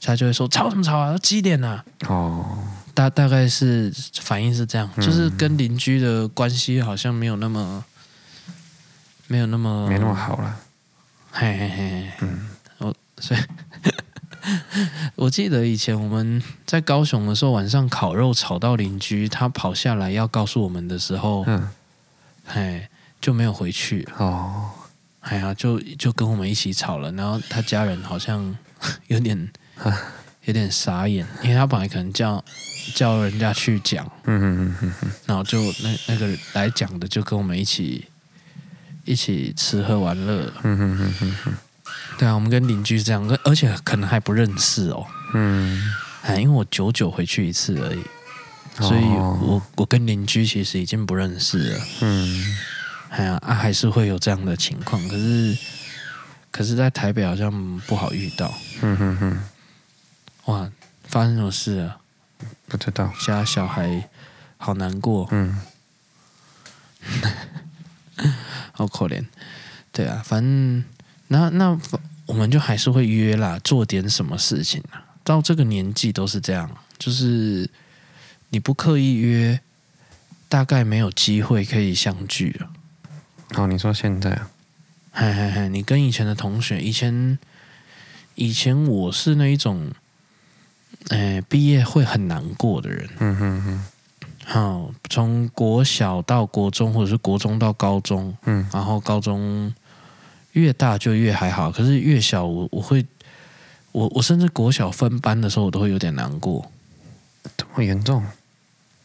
S2: 他就会说吵什么吵啊，都几点了、啊？
S3: 哦，
S2: 大大概是反应是这样，
S3: 嗯
S2: 就是跟邻居的关系好像没有那么没有那么
S3: 没那么好啦。
S2: 嘿嘿嘿，
S3: 嗯
S2: 嗯，我所以 我记得以前我们在高雄的时候，晚上烤肉吵到邻居，他跑下来要告诉我们的时候，
S3: 嗯，
S2: 哎，就没有回去，
S3: 哦，
S2: 哎呀，就就跟我们一起吵了，然后他家人好像 有点有点傻眼，因为他本来可能叫叫人家去讲，
S3: 嗯嗯嗯嗯
S2: 然后就那那个来讲的就跟我们一起一起吃喝玩乐了，
S3: 嗯嗯嗯嗯嗯
S2: 对啊，我们跟邻居这样，而而且可能还不认识哦。
S3: 嗯，
S2: 哎，因为我久久回去一次而已，
S3: 哦
S2: 所以我我跟邻居其实已经不认识了。
S3: 嗯
S2: 哎呀，啊，还是会有这样的情况，可是可是在台北好像不好遇到。
S3: 嗯嗯嗯，
S2: 哇，发生什么事了？
S3: 不知道，
S2: 家小孩好难过，
S3: 嗯
S2: 好可怜。对啊，反正那那我们就还是会约啦，做点什么事情啊。到这个年纪都是这样，就是你不刻意约，大概没有机会可以相聚啊了。
S3: 哦，你说现在啊，
S2: 嗨嗨嗨，你跟以前的同学，以前以前我是那一种，哎、毕业会很难过的人。
S3: 嗯嗯嗯
S2: 好，从国小到国中，或者是国中到高中，
S3: 嗯
S2: 然后高中越大就越还好，可是越小我我会，我我甚至国小分班的时候，我都会有点难过。
S3: 这么严重？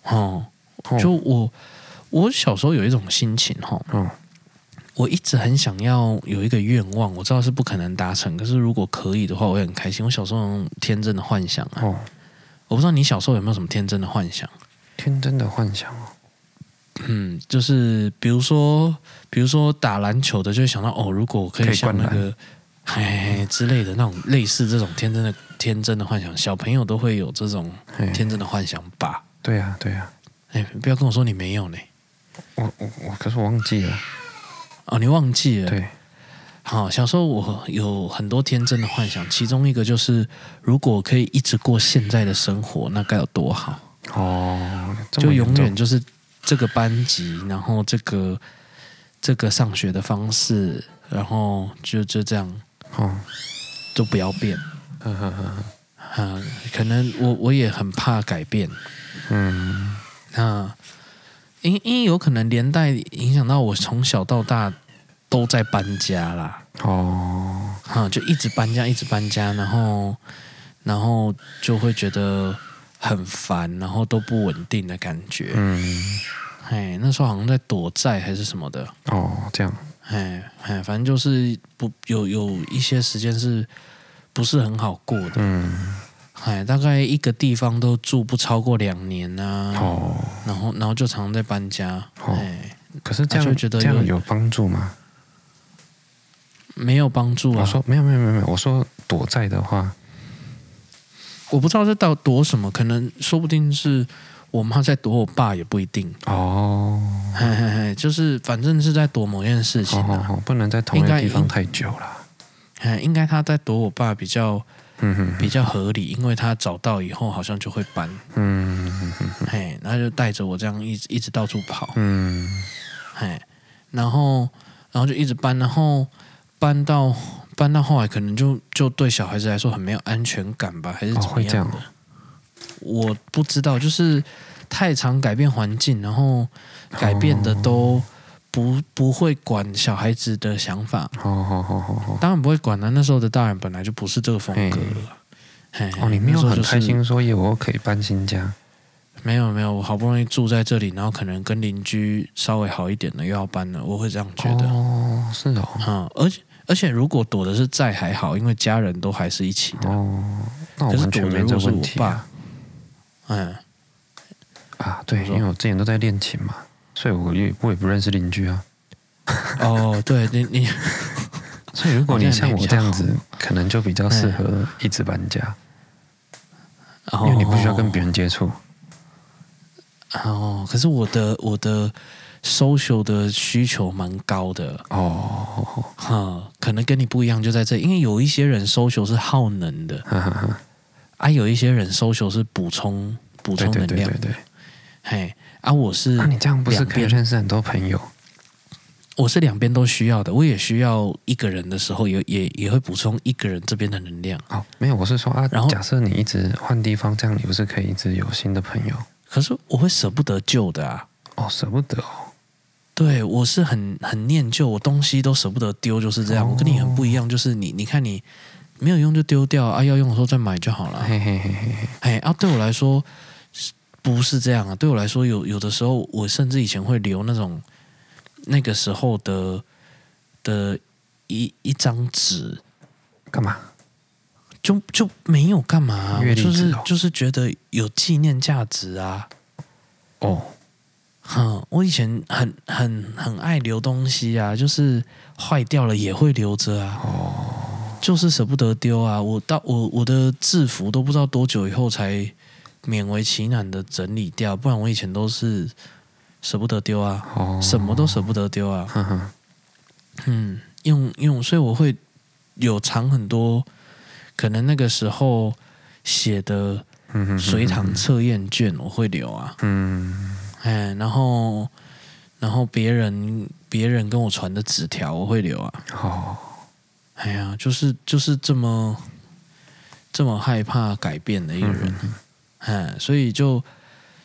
S2: 哦，
S3: 哦
S2: 就我我小时候有一种心情哈，
S3: 哦
S2: 我一直很想要有一个愿望，我知道是不可能达成，可是如果可以的话，我会很开心。我小时候有那种天真的幻想啊，
S3: 哦，
S2: 我不知道你小时候有没有什么天真的幻想。
S3: 天真的幻想哦，
S2: 嗯，就是比如说，比如说打篮球的，就会想到哦，如果我可
S3: 可
S2: 以
S3: 以
S2: 像
S3: 灌
S2: 那
S3: 篮
S2: 个，哎之类的那种类似这种天真的天真的幻想，小朋友都会有这种
S3: 嘿，
S2: 天真的幻想吧？
S3: 对呀、啊、对呀、啊，
S2: 哎，不要跟我说你没有呢，
S3: 我我我，可是我忘记了，
S2: 哦，你忘记了。
S3: 对，
S2: 好，小时候我有很多天真的幻想，其中一个就是如果可以一直过现在的生活，那该有多好。
S3: 哦，这
S2: 就
S3: 么严
S2: 永
S3: 重
S2: 远就是这个班级，然后这个这个上学的方式，然后就就这样
S3: 哦，
S2: 都不要变。
S3: 呵呵呵呵，
S2: 啊，可能我我也很怕改变。
S3: 嗯
S2: 那因因有可能连带影响到我从小到大都在搬家啦，
S3: 哦，
S2: 哈、就一直搬家，一直搬家，然后然后就会觉得很烦，然后都不稳定的感觉。
S3: 嗯
S2: 哎，那时候好像在躲债还是什么的。
S3: 哦，这样，
S2: 哎哎，反正就是不有有一些时间是不是很好过的？
S3: 嗯
S2: 哎，大概一个地方都住不超过两年呐、啊，
S3: 哦，
S2: 然后然后就常常在搬家，
S3: 哦
S2: 哎，
S3: 可是这
S2: 啊
S3: 样、
S2: 就觉得
S3: 这样
S2: 有
S3: 有帮助吗？
S2: 没有帮助啊。
S3: 我哦说没有没有没有没有，我说躲债的话，
S2: 我不知道这到躲什么，可能说不定是我妈在躲我爸，也不一定。
S3: 哦，
S2: 嘿嘿嘿，就是反正是在躲某件事情
S3: 哦哦
S2: 啊。
S3: 哦，不能在同一
S2: 应
S3: 个
S2: 该
S3: 地方
S2: 应
S3: 太久了，
S2: 哎，应该他在躲我爸比较
S3: 嗯哼
S2: 比较合理，因为他找到以后好像就会搬，
S3: 嗯哼哼哼
S2: 嘿，然后就带着我这样一直一直到处跑。
S3: 嗯
S2: 哎，然后然后就一直搬，然后搬到搬到后来，可能就就对小孩子来说很没有安全感吧，还是
S3: 哦
S2: 怎么
S3: 会这
S2: 样啊
S3: 样
S2: 的？
S3: 哦
S2: 我不知道，就是太常改变环境，然后改变的都不、不会管小孩子的想法，
S3: 好好好好好。
S2: 当然不会管啊了、那时候的大人本来就不是这个风格了。嘿
S3: 哦，你没有
S2: 哎那时候
S3: 很
S2: 就是
S3: 开心说耶，我可以搬新家
S2: 没有没有，我好不容易住在这里，然后可能跟邻居稍微好一点的又要搬了，我会这样觉得。
S3: 哦，是哦，
S2: 嗯，而且而且如果躲的是债还好，因为家人都还是一起的。
S3: 哦，那我
S2: 可是
S3: 完
S2: 躲
S3: 全
S2: 的
S3: 没
S2: 如
S3: 这
S2: 果是
S3: 问
S2: 我
S3: 题啊
S2: 爸，嗯，
S3: 啊，对，
S2: 你
S3: 因
S2: 说
S3: 为我之前都在练琴嘛，所以我也我也不认识邻居啊。
S2: 哦，对你你
S3: 所以如果你像我这样
S2: 哦好像也嗯
S3: 子，可能就比较适合一直搬家，
S2: 哦，
S3: 因为你不需要跟别人接触。
S2: 哦，可是我的我的 social 的需求蛮高的，
S3: 哦，
S2: 哈，可能跟你不一样，就在这，因为有一些人 social 是耗能的，
S3: 哈哈哈，
S2: 啊，有一些人 social 是补充补
S3: 对
S2: 充
S3: 对
S2: 能
S3: 对
S2: 量
S3: 对，对。
S2: 嘿，啊，我是、
S3: 那你这样不是可以
S2: 两边
S3: 认识很多朋友？
S2: 我是两边都需要的，我也需要一个人的时候也也也会补充一个人这边的能量，
S3: 哦，没有，我是说啊
S2: 然后，
S3: 假设你一直换地方，这样你不是可以一直有新的朋友？
S2: 可是我会舍不得旧的啊。
S3: 哦，舍不得哦。
S2: 对，我是很很念旧，我东西都舍不得丢，就是这样。我跟你很不一样，就是你，你看你没有用就丢掉啊，要用的时候再买就好了。
S3: 嘿嘿嘿嘿嘿，
S2: 哎啊，对我来说是不是这样啊？对我来说，有有的时候，我甚至以前会留那种那个时候的的一一张纸，
S3: 干嘛？
S2: 就就没有干嘛啊、
S3: 阅
S2: 我
S3: 历
S2: 就
S3: 纸
S2: 是
S3: 哦
S2: 就是觉得有纪念价值啊。
S3: 哦，
S2: 哼，我以前很很很爱留东西啊，就是坏掉了也会留着啊。就是舍不得丢啊。我到我我的制服都不知道多久以后才勉为其难的整理掉，不然我以前都是舍不得丢啊，
S3: 哦，
S2: 什么都舍不得丢啊。
S3: 哼哼，
S2: 嗯，用用，所以我会有藏很多，可能那个时候写的
S3: 嗯哼，
S2: 随堂测验卷我会留啊。
S3: 嗯，
S2: 哎，然后然后别人别人跟我传的纸条我会留啊。
S3: 哦，
S2: 哎呀，就是就是这么这么害怕改变的一
S3: 嗯
S2: 个人，哎，所以就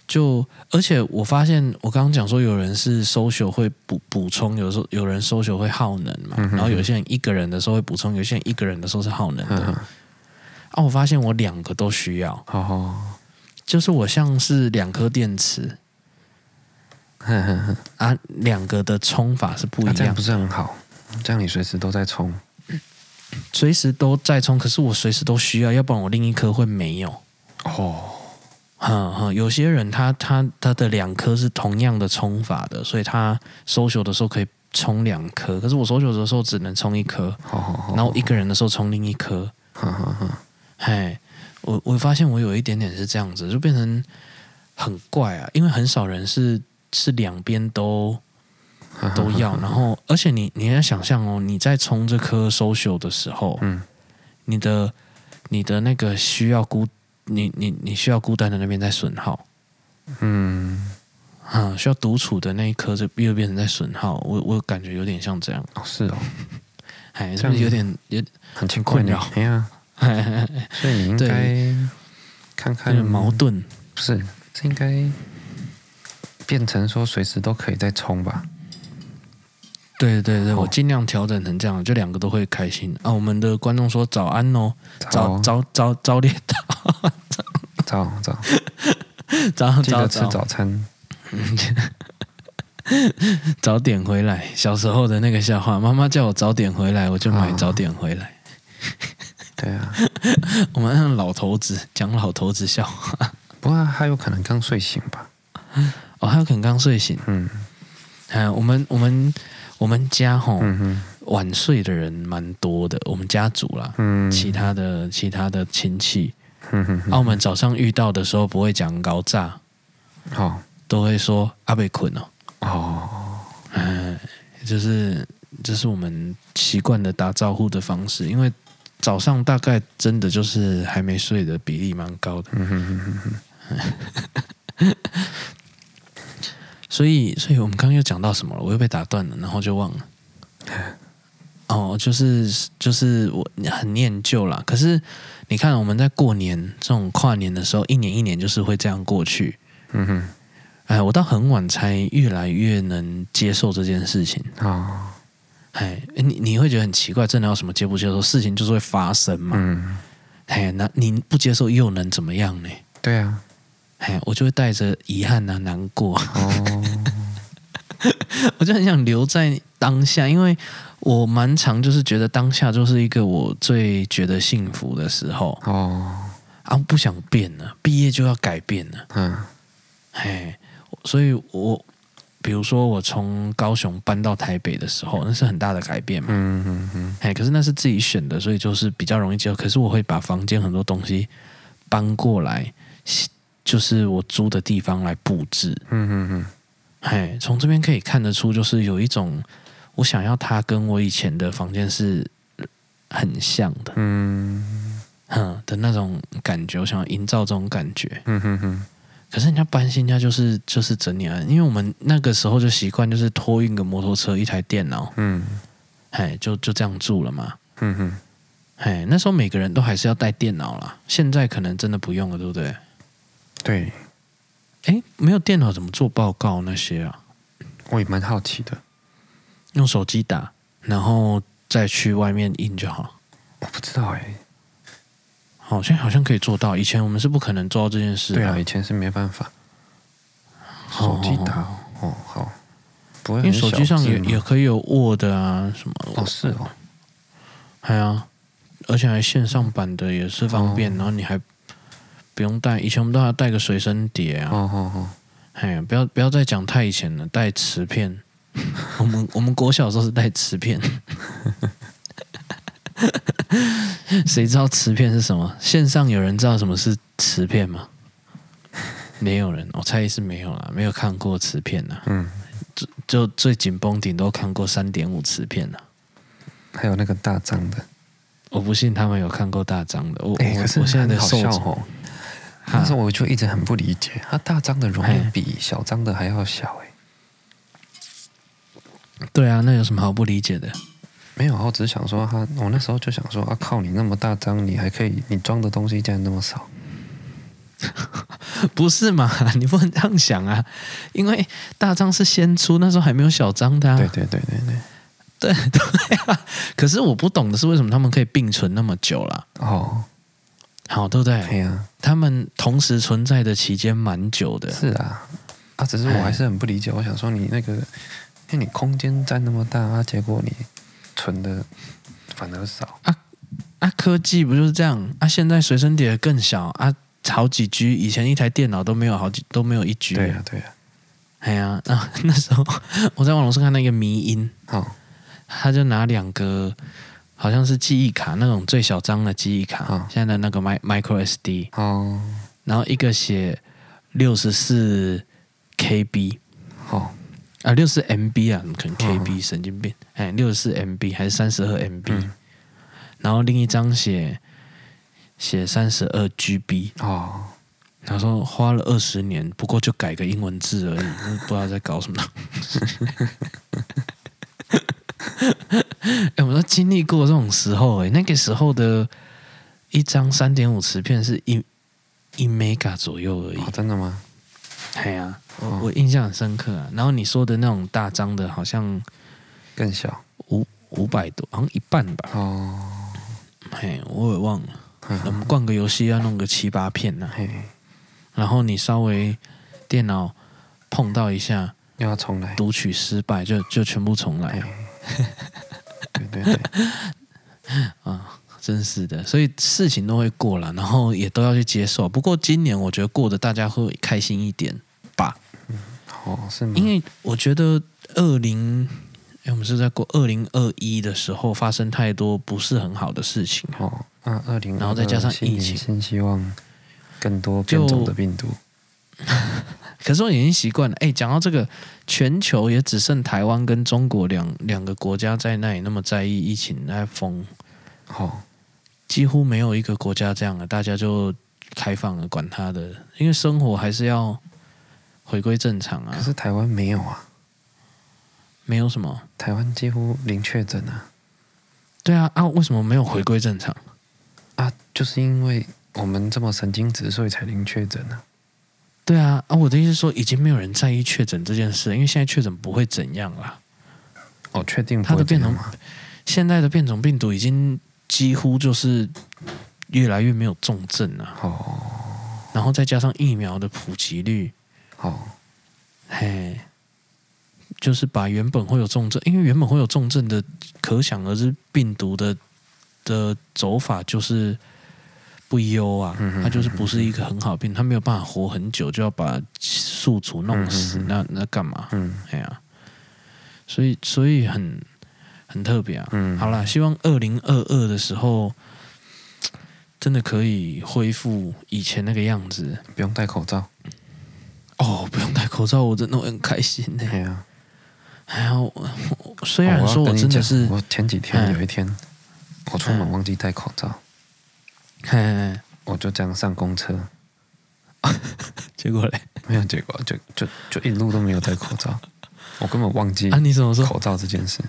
S2: 就而且我发现我刚刚讲说有人是 social 会补补充，有时候有人 social 会耗能嘛，
S3: 嗯哼
S2: 然后有些人一个人的时候会补充，有些人一个人的时候是耗能
S3: 哼
S2: 的。
S3: 哼，
S2: 啊，我发现我两个都需要，
S3: 哦，
S2: 就是我像是两颗 电池
S3: 哼哼哼，
S2: 啊，两个的充法是不一
S3: 那啊这
S2: 样
S3: 样不，是很好？这样你随时都在充。
S2: 随时都在充，可是我随时都需要，要不然我另一颗会没有。
S3: 哦，
S2: 哼哼，有些人他他他的两颗是同样的冲法的，所以他收球的时候可以冲两颗，可是我收球的时候只能冲一颗，
S3: 好好好，
S2: 然后一个人的时候冲另一颗。
S3: 哈哈哈，
S2: 嘿，我我发现我有一点点是这样子，就变成很怪啊，因为很少人是是两边都
S3: 哈哈
S2: 都 要，然后而且你你要想象哦，你在冲这颗收球的时候，
S3: 嗯，
S2: 你的你的那个需要孤，你你你需要孤单的那边在损耗。
S3: 嗯，
S2: 啊，需要独处的那一颗就又变成在损耗，我我感觉有点像这样，
S3: 哦是哦，
S2: 哎，
S3: 这
S2: 是
S3: 样
S2: 不是有点有
S3: 很奇怪
S2: 很困
S3: 呢
S2: 扰。
S3: 哎呀，所以你应该看
S2: 有
S3: 看嗯
S2: 点矛，盾？
S3: 不是是应该变成说随时都可以再充吧？
S2: 对对对，
S3: 哦
S2: 我尽量调整成这样，就两个都会开心啊。我们的观众说早安哦，早
S3: 早
S2: 早早早点到，
S3: 早早，
S2: 早
S3: 记得
S2: 早
S3: 吃
S2: 早
S3: 早餐。
S2: 早点回来。小时候的那个笑话，妈妈叫我早点回来，我就买
S3: 啊
S2: 早点回来。
S3: 对啊，
S2: 我们按老头子讲老头子笑话
S3: 不过他有可能刚睡醒吧？
S2: 哦，还有可能刚睡醒，
S3: 嗯
S2: 嗯、我们我们我们家吼、
S3: 嗯哼
S2: 晚睡的人蛮多的，我们家族啦，
S3: 嗯，
S2: 其他的其他的亲戚，
S3: 嗯哼哼，
S2: 澳门早上遇到的时候不会讲高炸，
S3: 好
S2: 都会说阿贝困哦，
S3: 哦，
S2: 嗯，就是这、是我们习惯的打招呼的方式，因为早上大概真的就是还没睡的比例蛮高的，
S3: 嗯哼哼哼哼，
S2: 所以所以我们刚刚又讲到什么了，我又被打断了，然后就忘了。 哦，就是就是我很念旧啦。可是你看，我们在过年这种跨年的时候，一年一年就是会这样过去。
S3: 嗯哼，
S2: 哎，我到很晚才越来越能接受这件事情。
S3: 哦，
S2: 哎，你你会觉得很奇怪，真的有什么接不接受？事情就是会发生嘛。
S3: 嗯，
S2: 哎，那你不接受又能怎么样呢？
S3: 对啊，
S2: 嘿，我就会带着遗憾啊、难过，
S3: 哦，
S2: 我就很想留在当下，因为我蛮常就是觉得当下就是一个我最觉得幸福的时候
S3: 哦，
S2: 啊，不想变了，毕业就要改变了，
S3: 嗯，
S2: 嘿，所以我比如说我从高雄搬到台北的时候，那是很大的改变嘛，
S3: 嗯嗯嗯，
S2: 哎，可是那是自己选的，所以就是比较容易接受。可是我会把房间很多东西搬过来，就是我租的地方来布置。
S3: 嗯嗯嗯，
S2: 哎，从这边可以看得出，就是有一种我想要它跟我以前的房间是很像的，
S3: 嗯
S2: 哼的那种感觉。我想要营造这种感觉。
S3: 嗯嗯嗯，
S2: 可是人家搬新家就是就是整理啊，因为我们那个时候就习惯就是托运个摩托车、一台电脑，
S3: 嗯
S2: 哎，就就这样住了嘛。
S3: 嗯嗯，
S2: 哎，那时候每个人都还是要带电脑啦，现在可能真的不用了，对不对？
S3: 对，
S2: 哎，没有电脑怎么做报告那些啊？
S3: 我也蛮好奇的，
S2: 用手机打，然后再去外面印就好。
S3: 我不知道哎，
S2: 好、现在好像可以做到，以前我们是不可能做到这件事的。
S3: 对啊，以前是没办法，手机打，哦好，不会
S2: 因为
S3: 很
S2: 手
S3: 小
S2: 机上
S3: 字
S2: 也
S3: 吗
S2: 也可以有 Word 啊什么。
S3: 哦是哦，
S2: 哎呀，而且还线上版的也是方便，
S3: 哦
S2: 然后你还不用带。以前我们都还要带个随身碟啊。
S3: 哦哦哦，
S2: 哎，不要不要再讲太以前了，带磁片。 我们我们国小的时候是带磁片， 谁知道磁片是什么？线上有人知道什么是磁片吗？没有人，我猜是没有啦，没有看过磁片啦，
S3: 嗯，
S2: 就最紧绷顶多看过三点五磁片啦。
S3: 还有那个大张的，
S2: 我不信他们有看过大张的，我、
S3: 哎，
S2: 我
S3: 可是
S2: 我现在的
S3: 很好
S2: 受
S3: 笑
S2: 众，
S3: 哦，
S2: 哈
S3: 那时候我就一直很不理解，它大张的容
S2: 嘿
S3: 量比小张的还要小哎，
S2: 对啊，那有什么好不理解的？
S3: 没有，我只是想说他，我那时候就想说啊，靠，你那么大张，你还可以，你装的东西竟然那么少，
S2: 不是嘛？ 你不能这样想啊，因为大张是先出，那时候还没有小张的、啊。
S3: 对对对对对，
S2: 对对啊。可是我不懂的是，为什么他们可以并存那么久啦？
S3: 哦，
S2: 好，对不
S3: 对
S2: 对？
S3: 呀、
S2: 他们同时存在的期间蛮久的。
S3: 是啊，啊，只是我还
S2: 哎
S3: 是很不理解，我想说你那个，因为你空间占那么大啊，结果你存的反而少，
S2: 啊，科技不就是这样啊？现在随身碟更小啊，好几 G，以前一台电脑都没有好几都没有一 G。
S3: 对啊，对啊，
S2: 哎呀，那、 那时候我在网络上看那个迷音，
S3: 好、
S2: 他就拿两个好像是记忆卡那种最小张的记忆卡，
S3: 嗯
S2: 现在的那个 mi micro SD，
S3: 哦，
S2: 然后一个写六十四 KB
S3: 好、哦，
S2: 啊，六十 MB 啊，怎么可能 KB？、
S3: 嗯
S2: 神经病！哎，六十四 MB 还是三十二 MB？、
S3: 嗯
S2: 然后另一张写写三十二 GB，
S3: 哦，
S2: 他说花了二十年，不过就改个英文字而已， 不知道在搞什么。哎、我们都经历过这种时候、哎，那个时候的一张三点五磁片是一一 mega 左右而已
S3: 哦，。真的吗？
S2: 哎呀、我、
S3: 哦
S2: 我印象很深刻啊。然后你说的那种大张的，好像
S3: 更小，
S2: 五五百多，好像一半吧。
S3: 哦，
S2: 嘿，我也忘了。
S3: 呵
S2: 我
S3: 呵
S2: 们逛个游戏要弄个七八片呐、
S3: 嗯嘿，
S2: 然后你稍微电脑碰到一下，
S3: 又要重来，
S2: 读取失败，就就全部重
S3: 嘿
S2: 来啊，
S3: 对对对，
S2: 真是的。所以事情都会过了，然后也都要去接受。不过今年我觉得过得大家会开心一点吧，
S3: 哦，是吗？
S2: 因为我觉得二零，哎，我们是在过二零二一的时候发生太多不是很好的事情啊，
S3: 哦，那二零，
S2: 然后再加上疫情
S3: 新希望更多变种的病毒，
S2: 可是我已经习惯了。哎，讲到这个，全球也只剩台湾跟中国两两个国家在那里那么在意疫情在封，啊
S3: 哦，
S2: 几乎没有一个国家这样了，大家就开放了，管他的，因为生活还是要回归正常啊
S3: 可，是台湾没有啊，
S2: 没有什么。
S3: 台湾几乎零确诊啊，
S2: 对啊啊，为什么没有回归正常？
S3: 啊，就是因为我们这么神经质，所以才零确诊啊，
S2: 对啊啊，我的意思是说，已经没有人在意确诊这件事，因为现在确诊不会怎样啦。
S3: 哦，确定
S2: 它
S3: 不
S2: 的
S3: 会这
S2: 变
S3: 样
S2: 种
S3: 吗？
S2: 现在的变种病毒已经几乎就是越来越没有重症了。啊
S3: 哦，
S2: 然后再加上疫苗的普及率，
S3: 哦，
S2: 嘿，就是把原本会有重症，因为原本会有重症的，可想而知病毒的的走法就是不优啊
S3: 嗯，哼嗯
S2: 它就是不是一个很好的病，它没有办法活很久，就要把宿主弄死，
S3: 嗯哼
S2: 那那干嘛？
S3: 嗯
S2: 哎呀、所以所以很很特别啊。
S3: 嗯，
S2: 好啦，希望二零二二的时候，真的可以恢复以前那个样子
S3: 不用戴口罩。
S2: 哦，不用戴口罩，我真的会很开心呢、
S3: 对呀，
S2: 还好，哎我我虽
S3: 哦
S2: 然
S3: 我要
S2: 说我
S3: 跟你
S2: 真的
S3: 讲
S2: 是，
S3: 我前几天
S2: 嗯
S3: 有一天，我出门
S2: 嗯
S3: 忘记戴口罩，
S2: 嘿，
S3: 我就这样上公车，
S2: 结果嘞，
S3: 没有结果，就就就一路都没有戴口罩，我根本忘记
S2: 啊，你什么时候，
S3: 口罩这件事。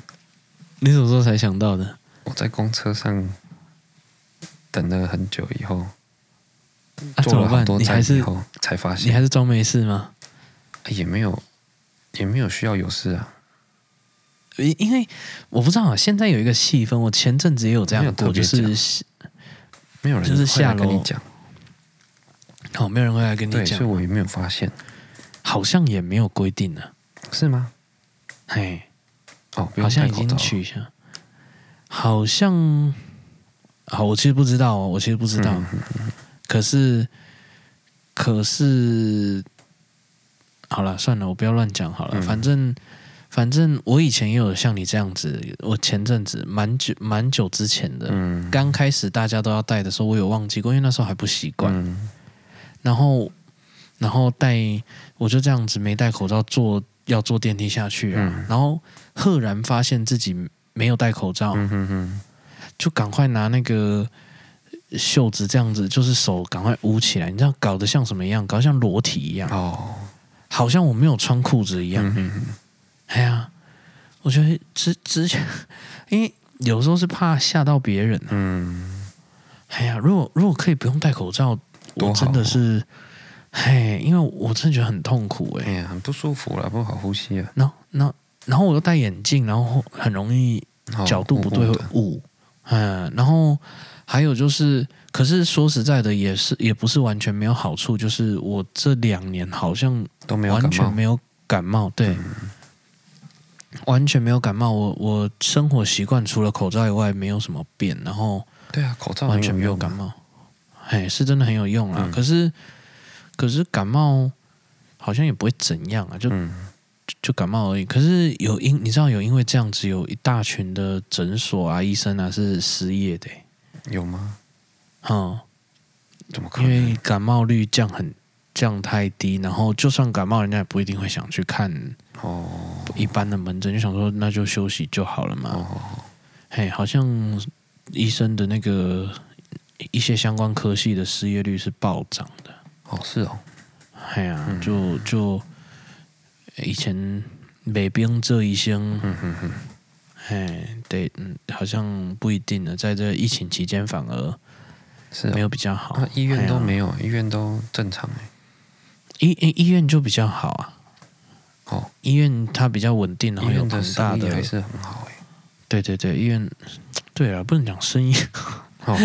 S2: 你什么时候才想到的？
S3: 我在公车上等了很久以后，
S2: 啊，怎
S3: 坐了
S2: 么
S3: 好
S2: 办
S3: 多？
S2: 你还
S3: 站以
S2: 是
S3: 后才发
S2: 你还
S3: 现，哎
S2: 是装没事吗？
S3: 也没有也没有需要有事啊，
S2: 因因为我不知道啊，现在有一个气氛，我前阵子也有这
S3: 没
S2: 样
S3: 有
S2: 过，
S3: 特
S2: 就
S3: 别
S2: 是
S3: 没有人
S2: 就
S3: 会
S2: 是
S3: 来
S2: 下楼
S3: 跟你讲，
S2: 哦，没有人会来跟你
S3: 对，所以
S2: 讲，啊
S3: 我也没有发现，
S2: 好像也没有规定呢、
S3: 是吗？
S2: 嘿，
S3: 哦，不
S2: 好
S3: 用
S2: 像
S3: 戴
S2: 已
S3: 口
S2: 经
S3: 罩了，
S2: 取消，好像，好，我其实不知道哦，我其实不知道，
S3: 嗯
S2: 可是，可是，好了，算了，我不要乱讲好了，
S3: 嗯
S2: 反正。反正我以前也有像你这样子，我前阵子蛮久蛮久之前的，
S3: 嗯，
S2: 刚开始大家都要戴的时候，我有忘记过，因为那时候还不习惯。
S3: 嗯
S2: 然后，然后戴，我就这样子没戴口罩坐，要坐电梯下去啊。
S3: 嗯
S2: 然后赫然发现自己没有戴口罩，
S3: 嗯嗯嗯，
S2: 就赶快拿那个袖子这样子，就是手赶快捂起来，你知道搞得像什么一样？搞得像裸体一样，
S3: 哦，
S2: 好像我没有穿裤子一样。
S3: 嗯嗯
S2: 哎呀，我觉得之之前，因为有时候是怕吓到别人啊、
S3: 嗯，
S2: 哎呀，如果如果可以不用戴口罩，
S3: 多好
S2: 我
S3: 啊
S2: 真的是，嘿，因为我真的觉得很痛苦哎、
S3: 哎呀，很不舒服了，不好呼吸啊，
S2: 然后，然后，然后我又戴眼镜，然后很容易
S3: 哦
S2: 角度不对
S3: 雾雾
S2: 会
S3: 的
S2: 误。嗯，然后还有就是，可是说实在的，也是也不是完全没有好处，就是我这两年好像
S3: 都没有
S2: 完
S3: 感
S2: 全
S3: 冒，嗯
S2: 没有感冒，对，完全没有感冒。我我生活习惯除了口罩以外没有什么变，然后
S3: 对啊，口罩
S2: 完
S3: 很
S2: 全没有
S3: 用啊
S2: 感，冒，哎，是真的很有用啦。
S3: 嗯
S2: 可是，可是感冒好像也不会怎样啊，就、
S3: 嗯
S2: 就感冒而已。可是有因你知道有因为这样子，有一大群的诊所啊、医生啊是失业的、欸，
S3: 有吗？
S2: 嗯，
S3: 怎么可
S2: 因为
S3: 能？
S2: 感冒率降很降太低，然后就算感冒，人家也不一定会想去看
S3: 哦
S2: 一般的门诊，就想说那就休息就好了嘛。
S3: 哦，
S2: 嘿，好像医生的那个一些相关科系的失业率是暴涨的。
S3: 哦是哦，
S2: 哎呀、
S3: 嗯
S2: 就就以前北冰这一生，
S3: 嗯嗯嗯，
S2: 哎，对，嗯，好像不一定了。在这疫情期间，反而
S3: 是哦
S2: 没有比较好。
S3: 啊，医院都
S2: 哎呀
S3: 没有，医院都正常哎、
S2: 医医医院就比较好啊。
S3: 哦，
S2: 医院它比较稳定，然
S3: 医
S2: 后有
S3: 院
S2: 庞
S3: 的
S2: 大
S3: 生意
S2: 的
S3: 还，是很好哎、
S2: 对对对，医院，对啊，不能讲生意，
S3: 哦，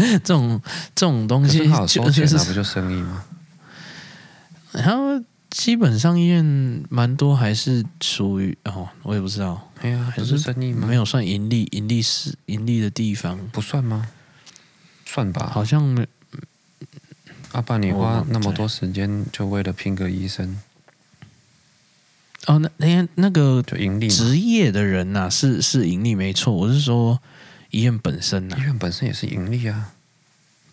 S2: 这种这种东
S3: 可
S2: 西
S3: 是他有收
S2: 就
S3: 钱
S2: 就
S3: 啊，不
S2: 是，
S3: 就生意吗？
S2: 然后基本上医院蛮多还是属于哦，我也不知道，
S3: 哎呀，
S2: 还
S3: 不是
S2: 是
S3: 生意吗？
S2: 没有算盈利盈利是盈利的地方，
S3: 不算吗？算吧。
S2: 好像没
S3: 阿爸，你
S2: 我
S3: 花
S2: 忘
S3: 那么
S2: 对
S3: 多时间就为了拼个医生，
S2: 哦，那那那个
S3: 就盈利嘛。
S2: 职业的人呐、是是盈利没错，我是说医院本身呐、
S3: 医院本身也是盈利啊，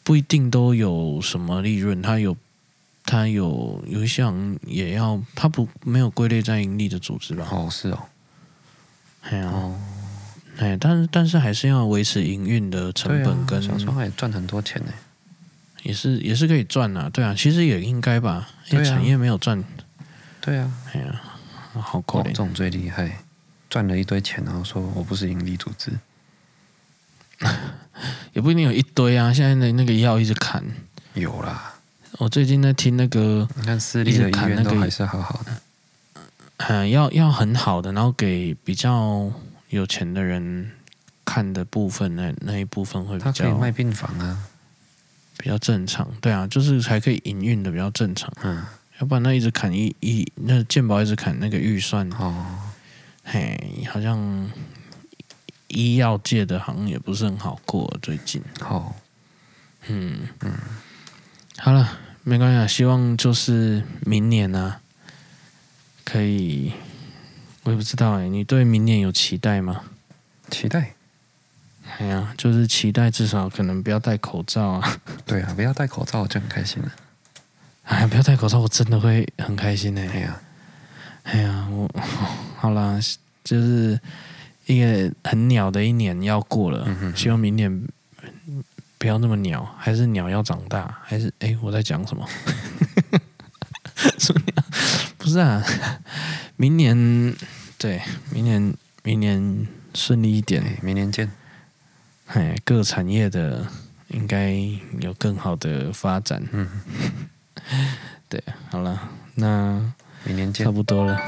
S2: 不一定都有什么利润，它有它有有一项也要，它不没有归类在盈利的组织吧？
S3: 哦，是哦，
S2: 哎呀、
S3: 哦，
S2: 哎，但是但是还是要维持营运的成
S3: 对
S2: 本
S3: 啊，
S2: 跟、
S3: 小时候还赚很多钱呢、
S2: 也是也是可以赚啊，对啊，其实也应该吧，因为
S3: 对啊
S2: 产业没有赚，
S3: 对啊，
S2: 哎呀、好可
S3: 哦，这
S2: 怜。
S3: 种最厉害，赚了一堆钱，然后说我不是盈利组织，
S2: 也不一定有一堆啊。现在的那个药一直砍，
S3: 有啦。
S2: 我最近在听那个，
S3: 你看私
S2: 一
S3: 立
S2: 直
S3: 的医
S2: 砍
S3: 院
S2: 那
S3: 都
S2: 个
S3: 还是好好的，
S2: 嗯、要要很好的，然后给比较有钱的人看的部分，那那一部分会比
S3: 他可以
S2: 较
S3: 卖病房啊，
S2: 比较正常，对啊，就是才可以营运的比较正常，
S3: 嗯，
S2: 要不然那一直砍一一那健保一直砍那个预算，
S3: 哦，
S2: 嘿，好像医药界的行业不是很好过最近。
S3: 好，
S2: 嗯，嗯，好了，没关系啊，希望就是明年呢、啊，可以，我也不知道哎、你对明年有期待吗？
S3: 期待。
S2: 哎呀，就是期待至少可能不要戴口罩啊，
S3: 对啊，不要戴口罩，我就很开心了。
S2: 哎呀，不要戴口罩，我真的会很开心哎、
S3: 哎呀，
S2: 哎呀，我 好啦，就是一个很鸟的一年要过了，
S3: 嗯哼
S2: 希望明年不要那么鸟，还是鸟要长大，还是哎、我在讲什么？ 什么鸟？不是啊，明年对，明年明年顺利一点，
S3: 哎，明年见。
S2: 哎，各产业的应该有更好的发展。
S3: 嗯，
S2: 对，好了，那
S3: 明年见
S2: 差。不多了，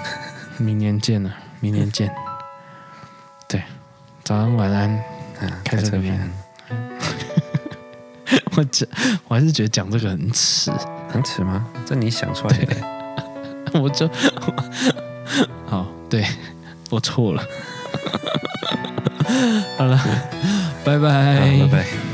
S2: 明年见了，明年见。对，早安晚安。
S3: 嗯，
S2: 开
S3: 开
S2: 车
S3: 车
S2: 平
S3: 平
S2: 安
S3: 安。
S2: 我讲，我还是觉得讲这个很迟，
S3: 很迟吗？这你想出来的？
S2: 我就 好，对我 错了。好了，拜
S3: 好
S2: 拜，哎
S3: 拜拜。